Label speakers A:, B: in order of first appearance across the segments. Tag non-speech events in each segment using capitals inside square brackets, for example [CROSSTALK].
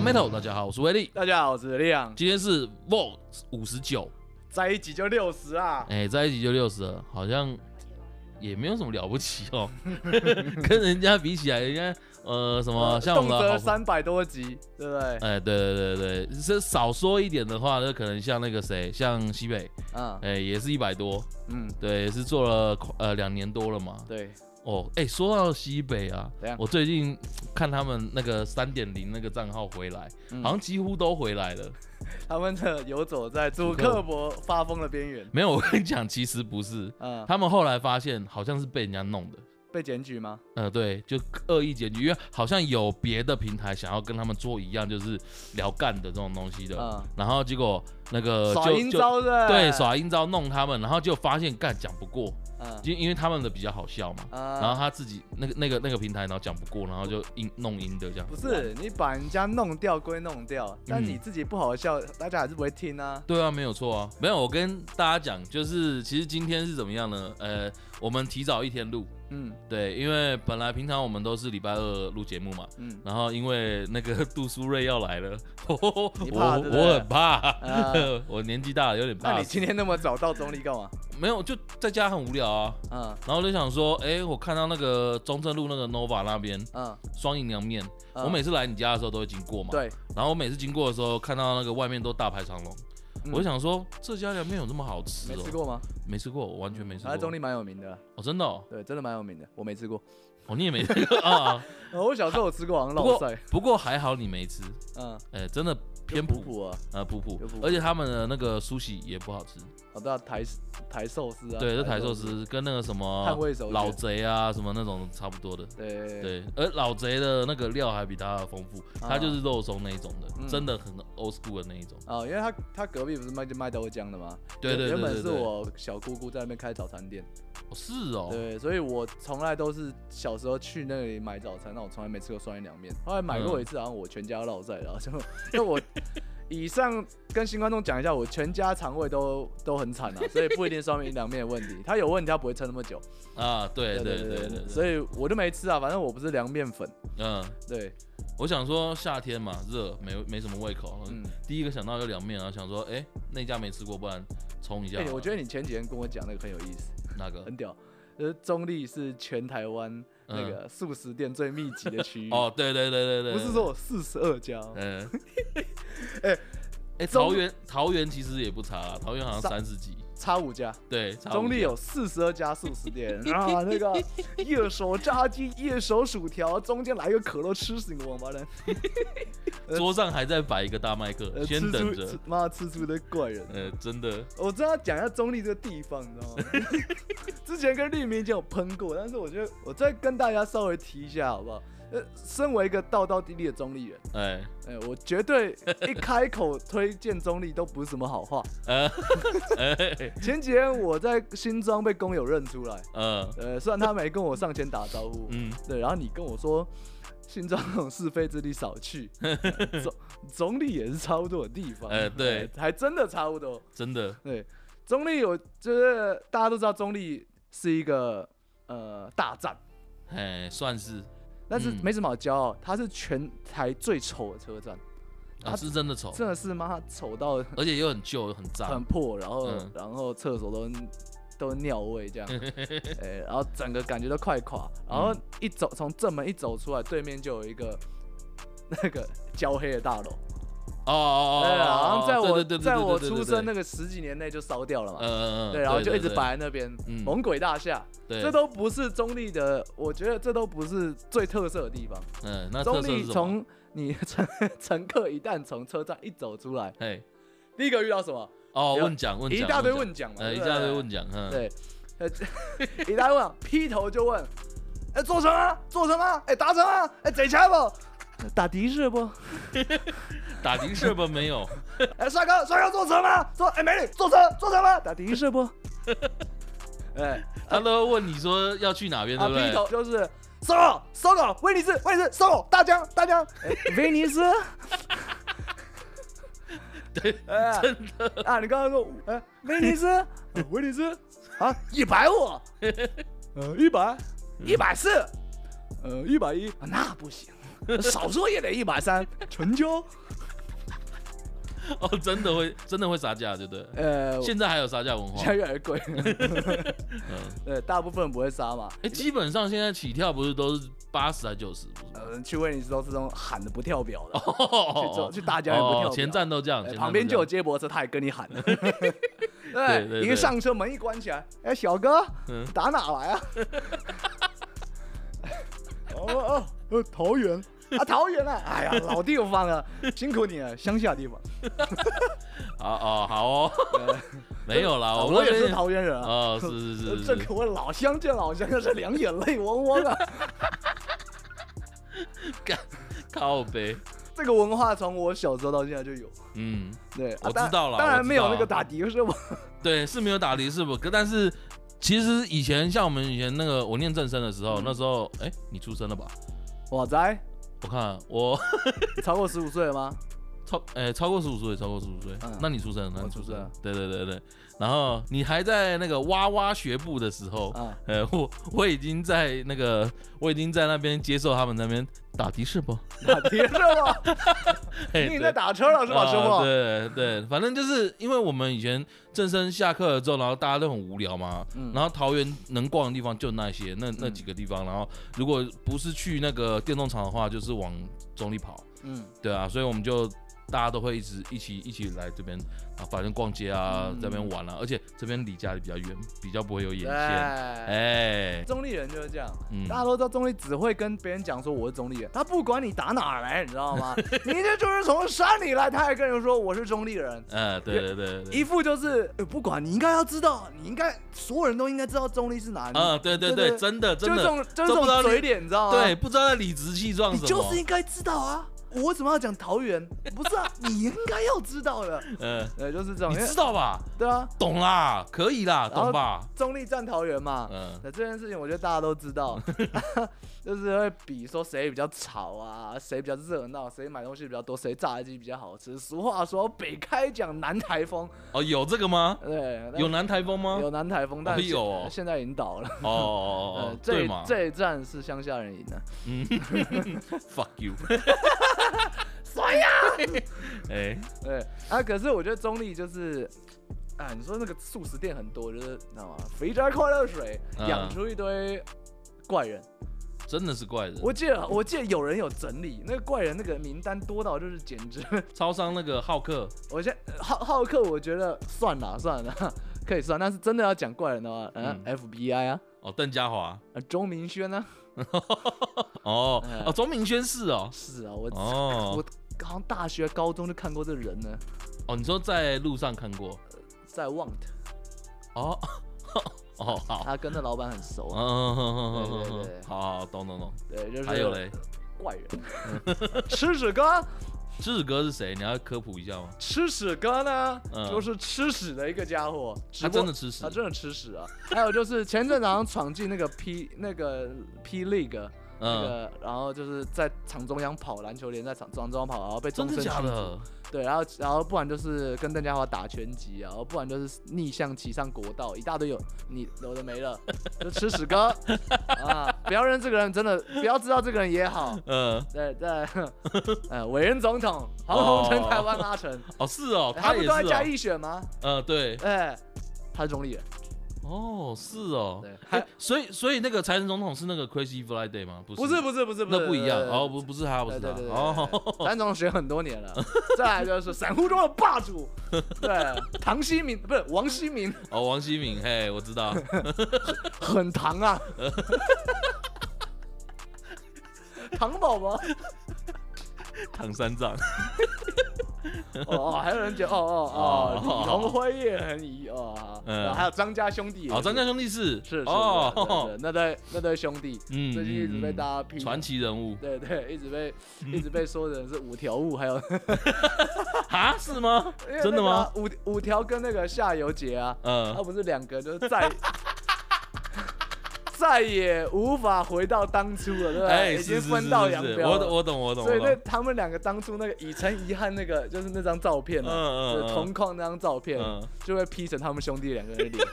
A: Metal，大家好，我是威力，
B: 大家好，我是亮，
A: 今天是 Vol 五十九，
B: 在一集就六十啊，
A: 哎，在一起就六十了，好像也没有什么了不起哦， [LAUGHS] 跟人家比起来，人家呃什么像我
B: 动
A: 们的
B: 辄
A: 好朋
B: 三百多集，对不对？
A: 哎，对对对对，这少说一点的话，那可能像那个谁，像西北，
B: 嗯
A: 哎，也是一百多，
B: 嗯，
A: 对，也是做了快呃两年多了嘛。
B: 对，
A: 哦，哎，说到西北啊
B: 怎样，
A: 我最近看他们那个三点零那个账号回来，
B: 嗯
A: 好像几乎都回来了。
B: 他们的游走在主克伯发疯的边缘，
A: 没有， [LAUGHS] 我跟你讲，其实不是，
B: 嗯，
A: 他们后来发现好像是被人家弄的。
B: 被检举吗？
A: 呃，对，就恶意检举，因为好像有别的平台想要跟他们做一样，就是聊干的这种东西的，
B: 嗯
A: 然后结果那个
B: 耍
A: 呃就
B: 阴
A: 就
B: 招的，
A: 对，耍阴招弄他们，然后就发现干讲不过，
B: 嗯，
A: 因因为他们的比较好笑嘛，
B: 啊
A: 然后他自己那个那个那个平台，然后讲不过，然后就阴弄阴的这样。
B: 不是你把人家弄掉归弄掉，
A: 嗯
B: 但你自己不好笑，大家还是不会听啊。
A: 对啊，没有错啊，没有。我跟大家讲，就是其实今天是怎么样呢？呃，我们提早一天录，
B: 嗯
A: 对，因为本来平常我们都是礼拜二录节目嘛，
B: 嗯，
A: 然后因为那个 [LAUGHS] 杜苏芮要来了，我
B: 你怕对不对
A: 我很怕，
B: 啊
A: 我年纪大了有点
B: 那
A: 怕
B: 你。今天那么早到中立干嘛？
A: 没有，就在家很无聊啊。
B: 嗯
A: 然后我就想说，哎，我看到那个中正路那个 Nova 那边
B: 嗯，
A: 双赢凉面，
B: 嗯
A: 我每次来你家的时候都会经过嘛。。
B: 对，
A: 然后我每次经过的时候，看到那个外面都大排长龙，
B: 嗯
A: 我就想说这家凉面有这么好吃
B: 没
A: 哦？
B: 吃，过吗？
A: 没吃过，我完全没吃
B: 他在中
A: 过
B: 立。蛮有名的，
A: 哦，真的哦，
B: 对，真的蛮有名的，我没
A: [LAUGHS]
B: 吃过。
A: 哦你也没吃过啊？
B: 哦，我小时候有吃过王
A: 不
B: [LAUGHS] 老
A: 过
B: 塞，
A: 不过还好你没吃，
B: 嗯，
A: 哎，真的偏
B: 普
A: 普
B: 普啊，
A: 呃，普普
B: 有普，普
A: 而且他们的那个苏喜也不好吃，
B: 我哦知道台台寿司啊，
A: 对，这台寿，司跟那个什
B: 捍
A: 么
B: 卫手
A: 老
B: 卷
A: 贼啊什么那种差不多的，
B: 对，啊
A: 对，而老贼的那个料还比它丰富，它就是肉松那一种的，
B: 嗯
A: 真的很 old school 的那一种，
B: 哦，因为他他隔壁不是卖卖豆浆的吗？
A: 对对对
B: 原本
A: 对
B: 是
A: 对
B: 我小姑姑在那边开早餐店，
A: 哦是哦，
B: 对，所以我从来都是小时候去那里买早餐，那我从来没吃过酸盐凉面。后来买
A: 嗯
B: 过一次，好像我全家落在了，就因为我以上跟新观众讲一下，我全家肠胃都都很惨啊，所以不一定酸盐凉面的问题，它有问题它不会撑那么久。
A: 啊，对对对对，
B: 所
A: 以
B: 以我就没吃啊，反正我不是凉面粉，
A: 嗯，
B: 对，
A: 我想说夏天嘛热，没没什么胃口，
B: 嗯。
A: 第一个想到就凉面，然后想说，哎，那家没吃过，不然冲一下
B: 哎、
A: 好了，
B: 我觉得你前几天跟我讲那个很有意思，
A: 那个
B: 很屌。就是中立是全台湾那个素食店最密集的区域，
A: 嗯哦，对对对对对，
B: 不是说有四十二家哦，
A: 嗯，
B: [LAUGHS] 哎
A: 哎，
B: 中
A: 桃园桃园其实也不差啦，桃园好像三十几，
B: 差五家，
A: 对，差不多
B: 中立有四十二家素食
A: [LAUGHS]
B: 店啊，那个一手炸鸡、一手薯条，中间来一个可乐，吃死你个王八蛋！
A: 桌上还在摆一个大麦克，
B: 呃，
A: 先
B: 吃
A: 等
B: 出
A: 着
B: 吃。妈吃出的怪人，
A: 呃，真的，
B: 我真的要讲一下中立这个地方，你知道吗？
A: [LAUGHS]
B: 之前跟立明已经有喷过，但是我觉得我再跟大家稍微提一下好不好？呃，身为一个道道地地的中立人，
A: 哎，
B: 哎、我绝对一开口推荐中立都不是什么好话。
A: 呃，哎，
B: [LAUGHS] 前几天我在新庄被工友认出来，
A: 呃，
B: 呃，虽然他没跟我上前打招呼，
A: [LAUGHS] 嗯，
B: 对，然后你跟我说新庄那种是非之地少
A: [LAUGHS]
B: 去，总总理也是差不多的地方，
A: 哎对
B: 还真的差不多。
A: 真的，
B: 对，中立有就是大家都知道中立是一个呃大战，
A: 哎，算是，
B: 但是
A: 嗯
B: 没什么好骄傲，它是全台最丑的车站，
A: 啊，
B: 啊
A: 是真的丑，
B: 真的是妈丑到
A: 而且又很旧，又很
B: 很
A: 脏，
B: 破，然后、
A: 嗯
B: 然后厕所都都尿
A: [LAUGHS]
B: 味这样，哎、然后整个感觉都快垮，然后一走从正门一走出来，对面就有一个。那个焦黑的大楼，
A: 哦哦
B: 对，啊
A: 哦，
B: 好像在
A: 哦
B: 我
A: 对对对对
B: 在我
A: 对对
B: 出
A: 对对
B: 生那个十几年内就烧掉了嘛，
A: 呃，嗯
B: 对，然后就一直，摆在那边
A: 嗯。
B: 猛鬼大厦，
A: 对
B: 这，都不是中立的，我觉得这都不是最特色的地方。
A: 嗯，那特
B: 中
A: 色是
B: 立
A: 什么？
B: 从你 [LAUGHS] 乘乘客一旦从车站一走出来，
A: 哎，
B: 第一个遇到什么？
A: 哦，
B: 有
A: 问讲问讲，
B: 一大堆
A: 讲，
B: 问讲嘛，
A: 呃，一
B: 对不对
A: 大堆问讲，嗯，
B: 对，呃，一大堆问，劈头就问，哎，坐什么？坐什么？哎，打什么？哎，贼钱不？打的士不？
A: 打的士吧没有，
B: 哎，帅哥，帅哥坐车吗？坐，哎，美女坐车，坐车吗？打的士不？ [LAUGHS] 哎，
A: 他都问你说要去哪边，对
B: 啊，
A: 不
B: 劈
A: 对？
B: 头就是搜狗，搜狗，威尼斯，威尼斯，搜狗，大江，大江，哎威尼斯。
A: 对，
B: 哎，真的啊！你刚刚说，哎，威尼斯， [LAUGHS] 呃威尼斯啊，一百五，呃，一百，一百四，呃，一百一，啊那不行，少说也得一百三，成交。
A: [LAUGHS] 哦，真的会真的会杀价，对不对？
B: 呃，
A: 现在还有杀价文化
B: 现在，越来越贵， [LAUGHS]
A: 嗯，
B: 对，大部分不会杀嘛。
A: 哎，基本上现在起跳不是都是八十还九十，不是吗？
B: 呃，去威尼斯都是这种喊的不跳表的， [LAUGHS] 去
A: 哦
B: 走去大家也不跳表。
A: 前站都这样，
B: 哎
A: 前站都这样
B: 旁边就有接驳车，他也跟
A: [LAUGHS]
B: 你喊。
A: 对
B: 对，
A: 对
B: 一个上车门一关起来，哎，小哥，
A: 嗯
B: 打哪来啊？
A: [LAUGHS]
B: 哦哦，呃桃园啊，桃园啊，
A: [LAUGHS]
B: 哎呀，老地方了，辛苦你了，乡下地方。
A: 好哦好哦，
B: [LAUGHS]
A: 没有啦，
B: 啊
A: 哦我
B: 我
A: 们
B: 也
A: 这
B: 是
A: 边
B: 桃园人啊。
A: 哦，是是是是
B: [LAUGHS] 这
A: 是
B: 可我老乡见老乡，是两眼泪汪汪
A: [LAUGHS]
B: 啊！
A: 靠背，
B: 这个文化从我小时候到现在就有，
A: 嗯，
B: 对，啊
A: 我知
B: 当
A: 道了
B: 当
A: 我
B: 然
A: 知
B: 没有
A: 道
B: 那个
A: 了
B: 打的是吧？
A: 对，是没有打离是不？可但是其实以前像我们以前那个我念正生的时
B: 嗯
A: 候，那时候哎、你出生了吧？
B: 哇塞，
A: 我看啊我
B: 超过十五岁了吗？
A: 超哎、超过十五岁，超过十五岁
B: 嗯，
A: 那你出生了，那
B: 我
A: 你
B: 出
A: 出
B: 生
A: 生
B: 了
A: 了，对对对对。然后你还在那个哇哇学步的时候， [LAUGHS]
B: 啊，
A: 呃，我我已经在那个我已经在那边接受他们那边打的是不？
B: 打的是吧？
A: 嘿
B: [LAUGHS] 你
A: 对
B: 在打车了是吧，师
A: 啊
B: 傅？
A: 对对，反正就是因为我们以前正生下课了之后，然后大家都很无聊嘛，
B: 嗯
A: 然后桃园能逛的地方就那些，那那几个地方，然后如果不是去那个电动场的话，就是往中立跑，
B: 嗯，
A: 对啊，所以我们就大家都会一直一起一起来这边啊，反正逛街啊，
B: 嗯
A: 这边玩啊，而且这边离家里比较远，比较不会有眼线，
B: 对，
A: 哎，
B: 中立人就是这样。
A: 嗯
B: 大家都知道中立只会跟别人讲说我是中立人，他不管你打哪儿来，你知道吗？ [LAUGHS] 你这就是从山里来，他还跟人说我是中立人，
A: 呃，对对对对
B: 一副就是、呃不管你应该要知道，你应该所有人都应该知道中立是哪里。
A: 啊，对对
B: 对
A: 对
B: 对，
A: 真的
B: 就
A: 真
B: 是这
A: 的，
B: 种就是
A: 都
B: 这
A: 不知道
B: 种
A: 你
B: 嘴脸，你知道吗？
A: 对，，不知道在理直气壮
B: 你
A: 什么，
B: 就是应该知道啊！我为什么要讲桃园？不是啊，你应该要知
A: [LAUGHS]
B: 道的。
A: 呃，
B: 对，就是这种，
A: 你
B: 因为
A: 知道吧？
B: 对啊，
A: 懂啦，可以啦，
B: 然后
A: 懂吧？
B: 中立站桃园嘛。
A: 嗯，
B: 那这件事情我觉得大家都知道， [LAUGHS] 就是会比说谁比较吵啊，谁比较热闹，谁买东西比较多，谁炸鸡比较好吃。俗话说北开讲南台风，
A: 哦，有这个吗？
B: 对，但
A: 有南台风吗？
B: 呃有南台风，但是
A: 有哦
B: 现在已经倒了。
A: 哦哦哦
B: [LAUGHS] 呃
A: 哦，，对
B: 这
A: 嘛嗯
B: 这一站是乡下人赢的，
A: [LAUGHS] ？Fuck
B: [LAUGHS]
A: you！
B: 衰呀！
A: 哎，
B: 啊对啊，可是我觉得中立就是，啊，你说那个素食店很多，就是你知道吗？肥宅快乐水
A: 嗯
B: 养出一堆怪人。
A: 真的是怪人。
B: 我记得我记得有人有整理那个怪人那个名单多到就是简直，
A: 超商那个浩克，
B: 我现在浩浩克我觉得算了 [LAUGHS] 算了，可以算，但是真的要讲怪人的话，嗯，FBI 啊，
A: 哦，邓家华，
B: 啊周明轩啊，
A: 哦
B: 嗯
A: 哦，钟明轩是哦，
B: 是啊，我
A: 哦
B: 好像大学高中就看过这人呢，
A: 哦，你说在路上看过？
B: 在 Want，
A: 哦 [LAUGHS] 哦好，
B: 他跟那老板很熟
A: 嗯
B: 啊，
A: 嗯嗯
B: 对
A: 嗯
B: 对
A: 嗯
B: 对
A: 嗯，好好懂懂懂。
B: 对，就是
A: 还有嘞，[LAUGHS]
B: 怪人，吃屎哥。
A: 知识哥是谁？你要科普一下吗？
B: 吃屎哥呢，
A: 嗯
B: 就是吃屎的一个家伙，只
A: 他
B: 不过
A: 真的吃屎
B: 他真的吃屎啊！还有就是前阵子好像闯进那个 P 那个 P League，、那
A: 嗯，
B: 个然后就是在场中央跑篮球联赛场场中央跑，然后被终
A: 真
B: 身
A: 的假
B: 驱逐
A: 的？
B: 对，然后然后不然就是跟邓家华打拳击，然后不然就是逆向骑上国道，一大堆有你有的没了，就吃屎哥啊！不要认这个人，真的不要知道这个人也好。
A: 嗯，
B: 对对，呃，委任总统黄宏成台湾拉成，
A: 哦是哦，
B: 哎他
A: 也
B: 们
A: 是
B: 都在嘉
A: 哦，
B: 义选吗？
A: 嗯对，
B: 哎、他是中立人，
A: 哦，是哦，
B: 对
A: 哎
B: 还
A: 所以所以那个财神总统是那个 Crazy Friday 吗？不是，
B: 不是不是不是
A: 那不一样。哦，不
B: 是
A: 不是他，不是
B: 对
A: 他
B: 对对。对，
A: 哦，
B: 对咱总选很多年了。再来就是散户中的霸主，对，唐熙明不是王熙明，
A: 哦，王希敏，嘿，我知道。
B: 很唐啊，唐
A: [LAUGHS]
B: 宝宝。
A: 唐三
B: [LAUGHS]
A: 藏，
B: 哦哦，还有人觉得哦哦哦，
A: 哦
B: 李荣辉也很疑哦，好
A: 嗯
B: 然后还有张家兄弟也是，
A: 哦，张家兄弟是 [LAUGHS]
B: 是是对对
A: 哦
B: 对，那对那对兄弟，
A: 嗯
B: 最近一直被
A: 嗯嗯
B: 大家批
A: 传嗯
B: 评。
A: 奇人物
B: 对对，一 [LAUGHS] 直被一直被说成是五条
A: [LAUGHS]
B: 悟，还有
A: 哈，是吗
B: 因为？
A: 真的吗？
B: 那个啊？五五条跟那个夏油杰啊，他
A: 嗯，
B: 不是两个就是再
A: [LAUGHS]
B: 再也无法回到当初了，对不对？
A: 哎，
B: 已
A: 是
B: 经
A: 是是
B: 分道扬
A: 是，
B: 镳
A: 我懂
B: 了。
A: 我懂我懂
B: 所
A: 我
B: 以那
A: 懂。
B: 他们两个当初那个以成遗憾那个就是那张照片啊，
A: 嗯嗯
B: 就是
A: 嗯
B: 同框那张照片，
A: 嗯
B: 就会 P 成他们兄弟两
A: [LAUGHS]
B: 个人的脸。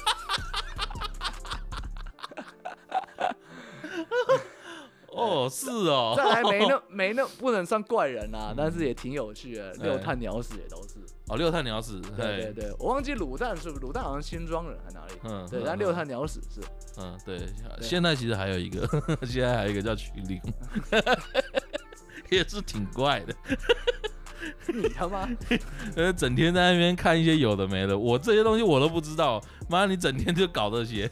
A: 哦，是哦，
B: 再来没那没那不能算怪人啦、
A: 嗯
B: 但是也挺有趣的。
A: 对
B: 六探鸟屎也都是，
A: 哦，六探鸟屎，
B: 对对
A: 嘿，
B: 对，我忘记卤蛋是不是卤蛋好像新庄人还哪里，
A: 嗯
B: 对，
A: 嗯
B: 但六探鸟屎是，
A: 嗯，对，现在其实还有一个， [LAUGHS] 现在还有一个叫曲灵， [LAUGHS] 也是挺怪的，
B: 你他
A: [LAUGHS]
B: 妈
A: 呃，整天在那边看一些有的没的，我这些东西我都不知道，妈，你整天就搞这些，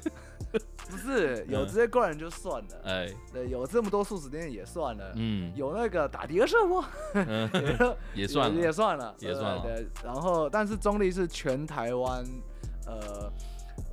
B: 不是
A: 嗯
B: 有这些怪人就算了，
A: 哎，
B: 对，有这么多素食店 [LAUGHS] 也算了，
A: 嗯，
B: 有那个打碟圣吗？
A: 嗯， [LAUGHS] 也算
B: 也
A: 了，
B: 算了，
A: 也算了
B: 对。对然后，但是中立是全台湾呃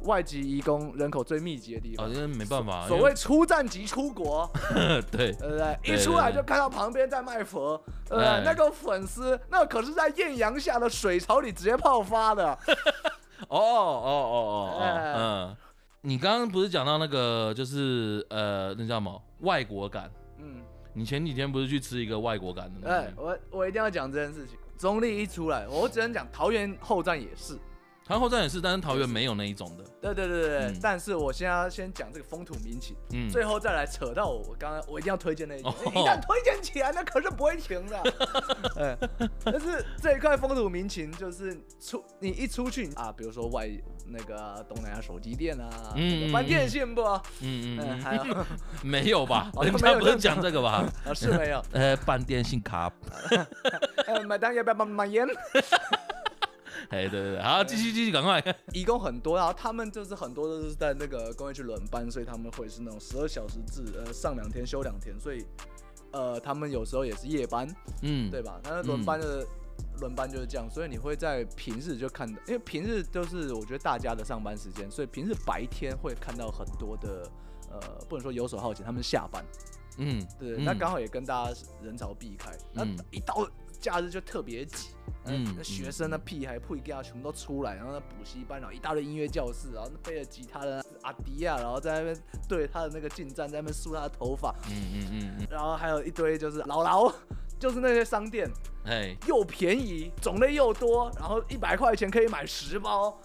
B: 外籍移工人口最密集的地
A: 哦，
B: 方。
A: 因为没办法，
B: 所
A: 因为
B: 谓出站即出国，
A: [LAUGHS] 对，
B: 对不对？一
A: 对
B: 出来
A: 对
B: 就看到旁边在卖佛，对不对
A: 哎？
B: 那个粉丝，那可是在艳阳下的水槽里直接泡发的。
A: 哦哦哦哦
B: 哎
A: 哦，嗯，你刚刚不是讲到那个就是呃，那叫什么外国感？
B: 嗯，
A: 你前几天不是去吃一个外国感的
B: 哎
A: 东，西？
B: 我我一定要讲这件事情。中立一出来，我只能讲桃园后站也是。
A: 它后站也是，但是桃园没有那一种的。
B: 对对对对对，
A: 嗯
B: 但是我现在要先讲这个风土民情，
A: 嗯，
B: 最后再来扯到我，我刚刚我一定要推荐那一集，
A: 哦
B: 一旦推荐起来，那可是不会停
A: [LAUGHS]
B: 的。哎，但是这一块风土民情，就是出你一出去啊，比如说外那个东南亚手机店啊，
A: 嗯
B: 那个翻电信不？
A: 嗯嗯
B: 嗯，
A: 嗯，
B: 还
A: [LAUGHS]
B: 有啊
A: 没有吧？
B: [LAUGHS] 哦
A: 人
B: 没
A: 家
B: 有
A: 不是讲这个吧？
B: 是没有，
A: 呃，办电信卡，
B: 哎，买单要不要买买烟？ [LAUGHS]
A: 哎，对对对，好，继续继续，赶快，
B: 义工很多，然后他们就是很多都是在那个工业区轮班，所以他们会是那种十二小时制，呃，上两天休两天，所以呃，他们有时候也是夜班，
A: 嗯，
B: 对吧？但是轮班的轮、班就是这样，所以你会在平日就看到，因为平日就是我觉得大家的上班时间，所以平日白天会看到很多的呃，不能说游手好闲，他们下班，
A: 嗯，
B: 对，
A: 嗯
B: 那刚好也跟大家人潮避开，那、
A: 嗯
B: 一到假日就特别挤。
A: 嗯
B: 嗯，那学生、那屁孩、屁啊，全部都出来，然后那补习班，然后一大堆音乐教室，然后那背着吉他的阿迪啊，然后在那边对他的那个近战，在那边梳他的头发，
A: 嗯嗯嗯嗯，
B: 然后还有一堆就是姥姥， [LAUGHS] 就是那些商店，
A: 哎，
B: 又便宜，种类又多，然后一百块钱可以买十
A: [LAUGHS]
B: 包。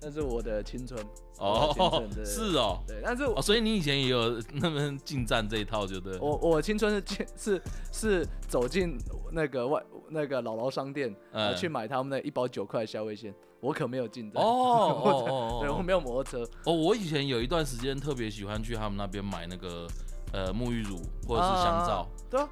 B: 那是我的青春我的
A: 哦
B: 青春，对
A: 是哦，
B: 对，但是我、
A: 哦，所以你以前也有那么近战这一套，就对了，
B: 我我青春是进是是走进那个外那个姥姥商店，呃、
A: 嗯
B: 去买他们的一包九块消味线，我可没有进站
A: 哦，哦哦
B: 对我
A: 哦
B: 没有摩托车，
A: 哦，我以前有一段时间特别喜欢去他们那边买那个呃沐浴乳或者是香皂
B: 啊，对啊，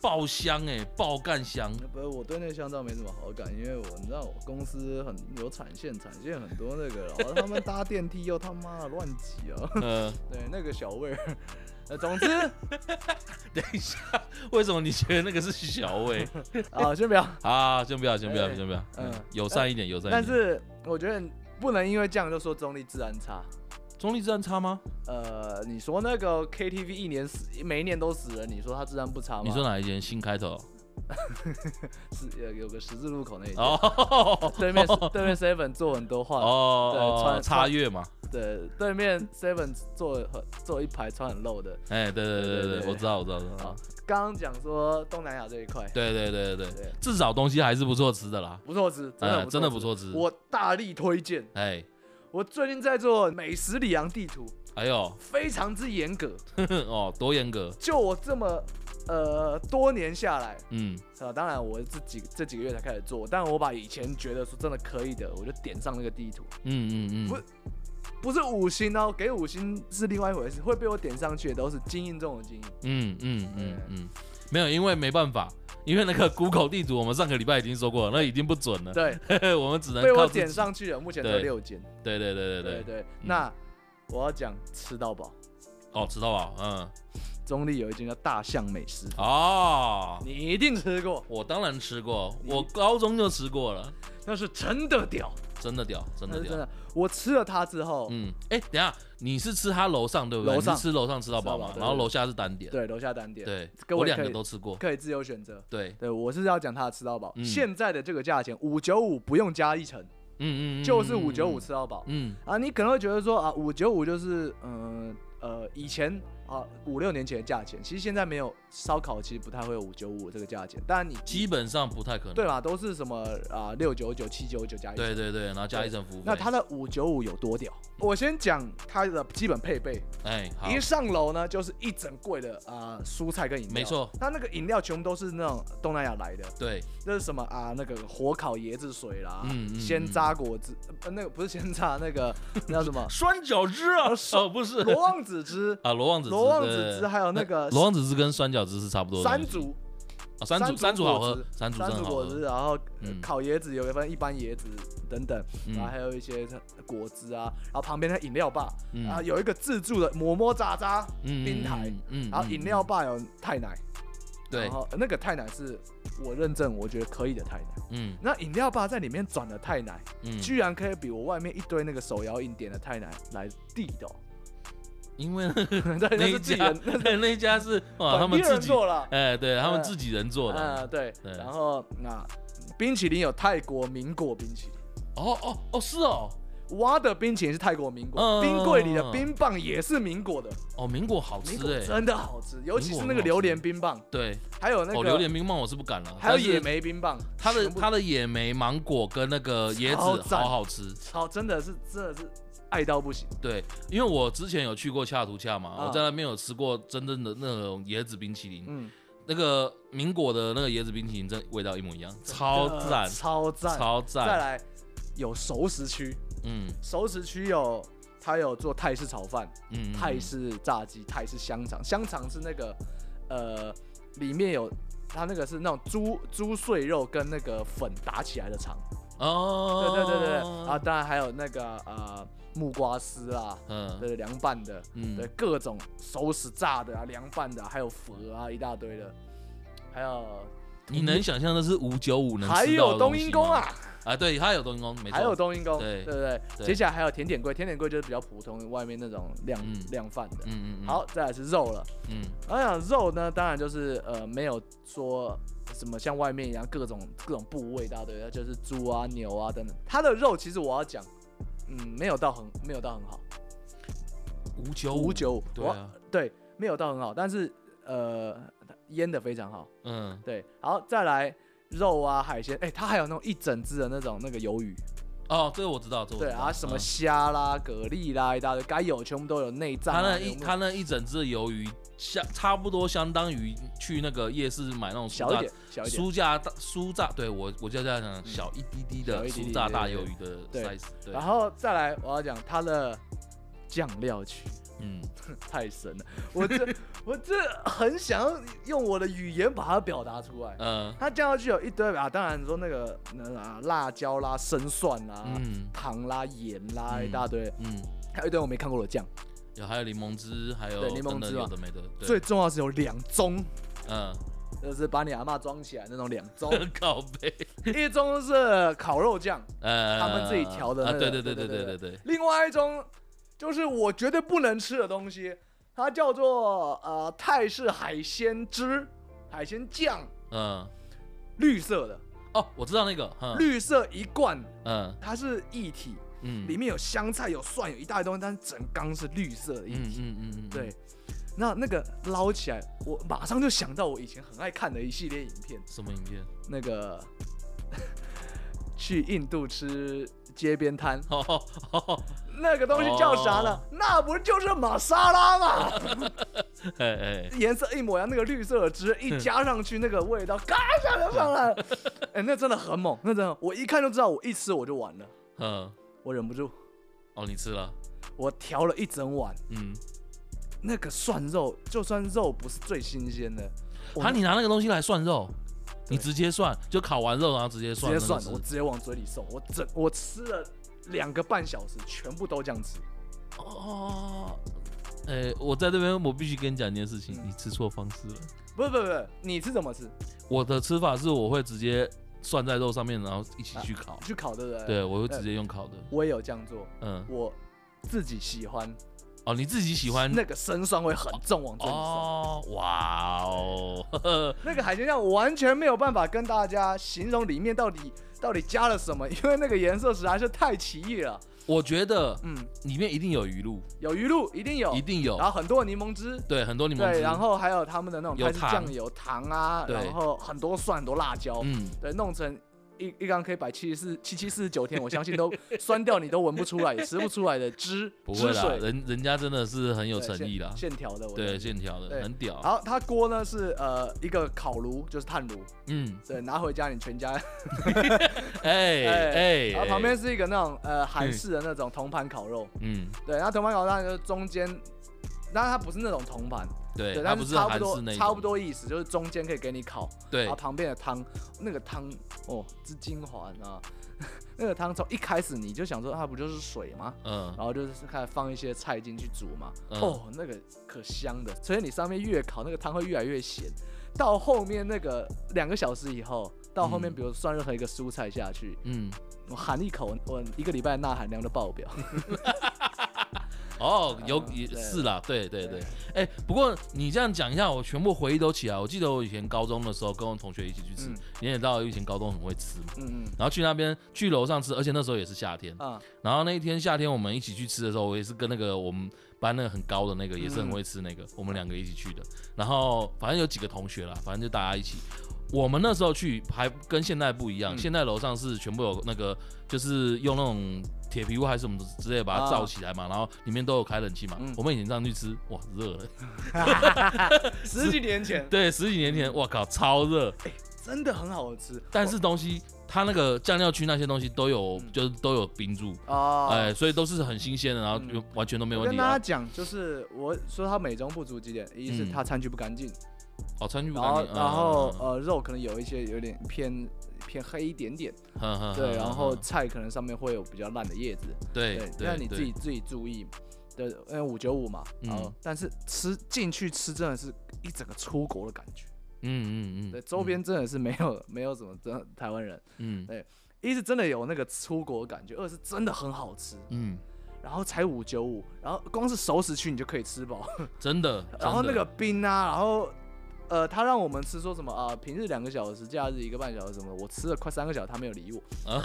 A: 爆香哎，爆干
B: [LAUGHS]
A: 香，
B: 不是我对那香皂没什么好感，因为我你知道我公司很有产线，产线很多那个，然后他们搭电梯又他妈的乱挤啊，
A: 呃，
B: 对那个小味儿， [LAUGHS] 呃总之。
A: 等一下，为什么你觉得那个是小
B: [LAUGHS]
A: 味？
B: 啊，先
A: [LAUGHS]
B: 不要。
A: 啊，先不要，先不要，
B: 哎
A: 先不要，嗯
B: 嗯，
A: 友善一点，友善一
B: 但
A: 点。
B: 是我觉得不能因为这样就说中立治安差。
A: 中立治安差吗？
B: 呃，你说那个 KTV 一年死，每一年都死人，你说它治安不差吗？
A: 你说哪一间新开头？
B: 是呃有个十字路口那一间， [LAUGHS]
A: 哦
B: 对面
A: [LAUGHS]
B: 对面 Seven 做很多话，对
A: 哦，
B: 穿
A: 差越嘛，
B: 对，对面 Seven 做很做一排穿很露的。
A: 哎，对对
B: 对
A: 对
B: 对
A: 对
B: 对
A: 对，我知道，我知道，我知
B: 好
A: 道。，
B: 刚刚讲说东南亚这一块，
A: 对对对对
B: 对
A: 对，至少东西还是不错吃的啦，
B: 不错吃，真的
A: 哎，
B: 不
A: 真的不
B: 错
A: 错吃
B: 吃，。我大力推荐。
A: 哎，
B: 我最近在做美食里昂地图，
A: 哎呦， [LAUGHS]
B: 非常之严格。
A: 哦，多严格，
B: 就我这么呃多年下来，
A: 嗯，
B: 啊，当然我这几这几个月才开始做，但我把以前觉得说真的可以的，我就点上那个地图，
A: 嗯嗯
B: 不
A: 嗯，
B: 不是五星哦，给五星是另外一回事，会被我点上去的都是精英中
A: [LAUGHS]
B: 的精英。
A: 嗯嗯
B: 对
A: 嗯嗯，没有，因为没办法，因为那个 [LAUGHS] Google 地图我们上个礼拜已经说过了，那已经不准了，
B: 对，
A: [LAUGHS] 我们只能
B: 被
A: 靠
B: 我
A: 自己
B: 点。上去的目前只有
A: 对
B: 六间。
A: 对对对
B: 对
A: 对对，
B: 对，那我要讲吃到饱，
A: 哦，知道吧？嗯，
B: 中立有一间叫大象美食，
A: 哦，
B: 你一定吃过，
A: 我当然吃过，
B: 你
A: 我高中就吃过了，
B: 那是真的屌，
A: 真的屌，真
B: 那
A: 的
B: 是真
A: 屌。
B: 的。我吃了它之后，
A: 嗯，哎、等一下，你是吃他楼上对不对？
B: 楼上
A: 你是吃楼上吃到饱
B: 吃到饱
A: 嘛，
B: 对
A: 然后楼下是单点。
B: 对，楼下单点，
A: 对，
B: 各位
A: 我两
B: 可
A: 个
B: 以
A: 都吃过。
B: 可以自由选择。
A: 对，
B: 对，我是要讲它的吃到饱。
A: 嗯
B: 现在的这个价钱五九五不用加一成，
A: 嗯嗯嗯，
B: 就是
A: 嗯
B: 五九五。吃到饱、
A: 嗯
B: 啊。你可能会觉得说啊，五九五就是嗯呃以前啊五六年前的价钱，其实现在没有烧烤，其实不太会有五九五这个价钱。当然你
A: 基本上不太可能。
B: 对嘛，都是什么啊六九九、七九九加一。
A: 对对对，然后加一层服务费。
B: 那它的五九五有多屌？我先讲它的基本配备，
A: 哎，好，
B: 一上楼呢就是一整柜的啊、蔬菜跟饮料，
A: 没错。
B: 它那个饮料全部都是那种东南亚来的，
A: 对，
B: 那是什么啊？那个火烤椰子水啦，
A: 嗯嗯
B: 鲜榨果汁，呃，那个不是鲜榨，那
A: [LAUGHS]
B: 个那叫什么？
A: 酸饺汁啊， [LAUGHS] 哦不是
B: 罗望子汁、
A: 啊，罗望子汁，
B: 罗望
A: 对
B: 子汁，还有那个
A: 罗望子汁跟酸饺汁是差不多的
B: 山
A: 东西。
B: 竹，
A: 啊，山
B: 山
A: 竹
B: 竹
A: 山竹好
B: 果
A: 喝
B: 汁，
A: 山竹真
B: 山
A: 的
B: 竹
A: 好
B: 果
A: 喝
B: 汁，。然后呃
A: 嗯
B: 烤椰子有一份一般椰子等等，然后
A: 嗯
B: 还有一些果汁啊，然后旁边的饮料吧，
A: 嗯
B: 然后有一个自助的么么喳喳，
A: 嗯
B: 冰台，
A: 嗯
B: 然后饮料，吧有太奶，
A: 嗯
B: 然
A: 对，
B: 后呃那个太奶是我认证我觉得可以的太奶，
A: 嗯
B: 那饮料吧在里面转的太奶。
A: 嗯，
B: 居然可以比我外面一堆那个手摇饮点的太奶来地哦道，
A: 因为那个
B: 对， [LAUGHS] 那
A: 那
B: 是
A: 一
B: 自己
A: 家
B: 人，
A: [LAUGHS] 对那一家是哇，他
B: 本
A: 们
B: 地
A: 自
B: 人
A: 己，
B: 做了，
A: 哎，对他们
B: 嗯
A: 自己人做的。
B: 嗯，对，
A: 对
B: 然后那冰淇淋有泰国民果冰淇淋。
A: 哦哦哦，是哦，
B: 挖的冰淇淋是泰国民果，
A: 嗯
B: 冰柜里的冰棒也是民果的，
A: 哦，民国好
B: 民
A: 吃
B: 果
A: 哎，
B: 真的好吃，尤其是那个
A: 很好吃
B: 榴莲冰棒，
A: 对，
B: 还有那
A: 哦，榴
B: 个
A: 莲冰棒我是不敢了，
B: 还有
A: 但是
B: 野莓冰棒，
A: 它的
B: 全部
A: 它的野莓、芒果跟那个椰
B: 超
A: 子
B: 赞
A: 好好吃。
B: 好真的是真的是爱到不行，
A: 对，因为我之前有去过恰图恰嘛，
B: 嗯
A: 我在那边有吃过真正的那种椰子冰淇淋，
B: 嗯，
A: 那个民国的那个椰子冰淇淋，真的味道一模一样，超
B: 真的
A: 赞，
B: 呃超赞，
A: 超
B: 再
A: 赞。
B: 来有熟食区，
A: 嗯
B: 熟食区有它有做泰式炒饭、
A: 嗯，
B: 泰式炸鸡、泰式香肠，香肠是那个呃里面有它那个是那种猪猪碎肉跟那个粉打起来的肠。
A: 哦，
B: 对对对对对，啊，，当然还有那个呃木瓜丝啊，
A: 嗯
B: 对凉拌的，
A: 嗯
B: 对各种熟食炸的啊、凉拌的啊、还有粉啊一大堆的，还有
A: 你能想象的是五九五能
B: 还
A: 吃到
B: 有
A: 的
B: 冬
A: 东
B: 阴
A: 西
B: 功
A: 吗？
B: 啊，
A: 啊，对，它有冬阴功，没错，
B: 还有冬阴功，
A: 对
B: 对不对？
A: 对
B: 接下来还有甜点柜，甜点柜就是比较普通，外面那种量
A: 嗯
B: 量贩的。
A: 嗯嗯嗯，
B: 好，再来是肉了。
A: 嗯
B: 我想肉呢，当然就是呃没有说什么像外面一样各种各种部位一大堆，就是猪啊、牛啊等等。它的肉其实我要讲，嗯，没有到很没有到很好，
A: 五九
B: 五九五
A: 对啊，
B: 对，没有到很好，但是呃腌的非常好，
A: 嗯，
B: 对，好再来。肉啊，海鲜，哎、它还有那种一整只的那种那个鱿鱼，
A: 哦，这个我知道，这个我
B: 对
A: 知道
B: 啊，什么
A: 嗯
B: 虾啦、蛤蜊啦，一大堆，该有全部都有内脏、
A: 他
B: 啊。
A: 那
B: 全
A: 一
B: 部
A: 他那一整只的鱿鱼，相差不多相当于去那个夜市买那种
B: 小
A: 酥
B: 一
A: 炸
B: 点，小一点，嗯
A: 酥炸大酥炸，对我我就这样讲，小一滴滴
B: 小
A: 的
B: 一滴滴
A: 酥炸大鱿
B: 对对
A: 鱼的
B: 对
A: size，对
B: 然，后再来，我要讲它的酱料区
A: 嗯，
B: 太神了，我这 [LAUGHS] 我这很想要用我的语言把它表达出来。
A: 呃，
B: 它酱料区有一堆啊，当然说那个那啊辣椒啦、生蒜啦、
A: 嗯
B: 糖啦、盐啦，
A: 嗯
B: 一大堆，
A: 嗯，
B: 还有一堆我没看过的酱。
A: 有还有柠檬汁，还有
B: 对柠檬
A: 真的
B: 汁嘛
A: 有的没的，对，
B: 最重要的是有两盅，
A: 嗯， [LAUGHS]
B: 就是把你阿嬷装起来那种两盅，
A: 靠背，
B: 一盅是烤肉酱，
A: 呃，
B: 他们自己调的
A: 啊，
B: 那
A: 对
B: 个
A: 对对
B: 对
A: 对
B: 对
A: 对对对，
B: 另外一种就是我绝对不能吃的东西，它叫做呃泰式海鲜汁、海鲜酱，
A: 嗯，
B: 绿色的，
A: 哦，我知道那个，嗯
B: 绿色一罐，
A: 嗯
B: 它是液体，
A: 嗯，
B: 里面有香菜、有蒜、有一大堆东西，但是整缸是绿色的液
A: 嗯
B: 体。
A: 嗯嗯嗯，
B: 对，，那那个捞起来，我马上就想到我以前很爱看的一系列影片，
A: 什么影片？ [LAUGHS]
B: 那个 [LAUGHS] 去印度吃街边摊，
A: 哦哦 [LAUGHS] 哦，
B: 那个东西叫啥呢？那不就是玛莎拉吗？ [LAUGHS]
A: 哎哎，
B: 颜色一模一样，那个绿色的汁一加上去，那个味道嘎下就
A: [LAUGHS]
B: 上来了。哎、那真的很猛，那真的，我一看就知道，我一吃我就完了，
A: 嗯，
B: 我忍不住，
A: 哦，你吃了，
B: 我调了一整碗。
A: 嗯。
B: 那个涮肉，就算肉不是最新鲜的，我
A: 他你拿那个东西来涮肉，
B: 对
A: 你直接涮，就烤完肉然后直接
B: 直
A: 涮，
B: 接涮
A: 那，
B: 我
A: 个
B: 直接往嘴里送，我整我吃了两个半小时，全部都这样吃。
A: 是哦。哎，我在这边我必须跟你讲一件事情，
B: 嗯
A: 你吃错方式了。
B: 不是不是不是，你是怎么吃？
A: 我的吃法是我会直接涮在肉上面，然后一起去烤。
B: 去烤对不对？，
A: 对，我会直接用烤的。
B: 我也有这样做，
A: 嗯，
B: 我自己喜欢，
A: 哦，你自己喜欢
B: 那个生蒜会很重，往嘴里送。
A: 哦，哇哦， [LAUGHS] 呵呵
B: 那个海鲜酱我完全没有办法跟 [LAUGHS] 大家形容里面到底到底加了什么，因为那个颜色实在是太奇异了。
A: 我觉得
B: 嗯，
A: 里面一定有鱼露，
B: 有鱼露一定有，
A: 一定有
B: 哦然，后很多柠檬汁，
A: 对，很多柠檬
B: 对，
A: 汁，
B: 然后还有他们的那种
A: 有
B: 泰式
A: 糖
B: 酱油、糖啊，
A: 对
B: 然后很多蒜、很多辣椒，
A: 嗯，
B: 对，弄成一一缸可以摆七十四、七七四十九天，我
A: [LAUGHS]
B: 相信都酸掉你都闻不出来，也吃不出来的汁
A: 不会
B: 汁
A: 啦，
B: 水，
A: 人人家真的是很有
B: 对
A: 诚
B: 线
A: 意啦，
B: 线条的，我觉
A: 对，
B: 得。
A: 线条的
B: 对
A: 很屌，啊
B: 好，它锅呢是呃一个烤炉，就是炭炉，
A: 嗯，
B: 对，拿回家你全家。
A: 哎哎，嗯
B: 然后旁
A: 哎
B: 边，是一个那种呃韩式的那种铜盘烤肉，
A: 嗯，
B: 对，然后铜盘烤肉当然就是中间，那它不是那种铜盘，
A: 对，它
B: 但
A: 不是
B: 差
A: 韩
B: 不
A: 式那
B: 多
A: 一
B: 差不
A: 种，
B: 多啊意思，就是中间可以给你烤，
A: 对
B: 然后，旁边的汤，那个汤哦是精华，你知道吗？ [LAUGHS] 那个汤从一开始你就想说它不就是水吗？
A: 嗯
B: 然后就是开始放一些菜进去煮嘛，
A: 嗯
B: 哦，那个可香的，所以你上面越烤，那个汤会越来越咸。到后面那个两个小时以后，到后面
A: 嗯
B: 比如算任何一个蔬菜下去，
A: 嗯，
B: 我含一口，我一个礼拜的钠含量都
A: [LAUGHS]
B: 爆表。嗯
A: 哦，有
B: 啊
A: 也
B: 对
A: 是啦，对对对，哎，不过你这样讲一下，我全部回忆都起来。我记得我以前高中的时候，跟我同学一起去吃
B: 嗯，
A: 你也知道，以前高中很会吃嘛，
B: 嗯嗯
A: 然后去那边去楼上吃，而且那时候也是夏天，
B: 啊，
A: 然后那一天夏天我们一起去吃的时候，我也是跟那个我们班那个很高的那个，也是很会吃那个，我们两个一起去的。然后反正有几个同学啦，反正就大家一起。我们那时候去还跟现在不一样，
B: 嗯
A: 现在楼上是全部有那个，就是用那种铁皮屋还是什么之类把它
B: 啊
A: 罩起来嘛，然后里面都有开冷气嘛。
B: 嗯
A: 我们以前上去吃，哇，热
B: [LAUGHS]
A: 了，
B: 十几年前
A: 对，十几年前，哇靠，超热。
B: 哎真的很好吃
A: 但是东西它那个酱料区那些东西都有，
B: 嗯
A: 就是都有冰住，
B: 啊。
A: 哎，所以都是很新鲜的，然后就
B: 嗯
A: 完全都没有
B: 我
A: 问
B: 跟
A: 题。
B: 大
A: 啊。
B: 家讲，就是我说它美中不足几点，一是
A: 嗯
B: 它餐具不干净，
A: 哦，川剧不
B: 然后
A: 干净。嗯
B: 然后呃肉可能有一些有点偏偏黑一点点，
A: 呃
B: 对，然后菜可能上面会有比较烂的叶子，
A: 对，
B: 那
A: 对
B: 你自己自己注意。对，因为五九五嘛，
A: 嗯
B: 然后但是吃进去吃真的是一整个出国的感觉，
A: 嗯嗯嗯，
B: 对，周边真的是没有 [LAUGHS] 没有什么真的台湾人，
A: 嗯
B: 一是真的有那个出国的感觉，二是真的很好吃，
A: 嗯，
B: 然后才五九五，然后光是熟食区你就可以吃饱，
A: 真的，
B: 然后
A: 真
B: 那
A: 的
B: 个冰啊，然后呃，他让我们吃说什么啊、平日两个小时，假日一个半小时什么的，我吃了快三个小时，他没有理我。
A: [LAUGHS] 哦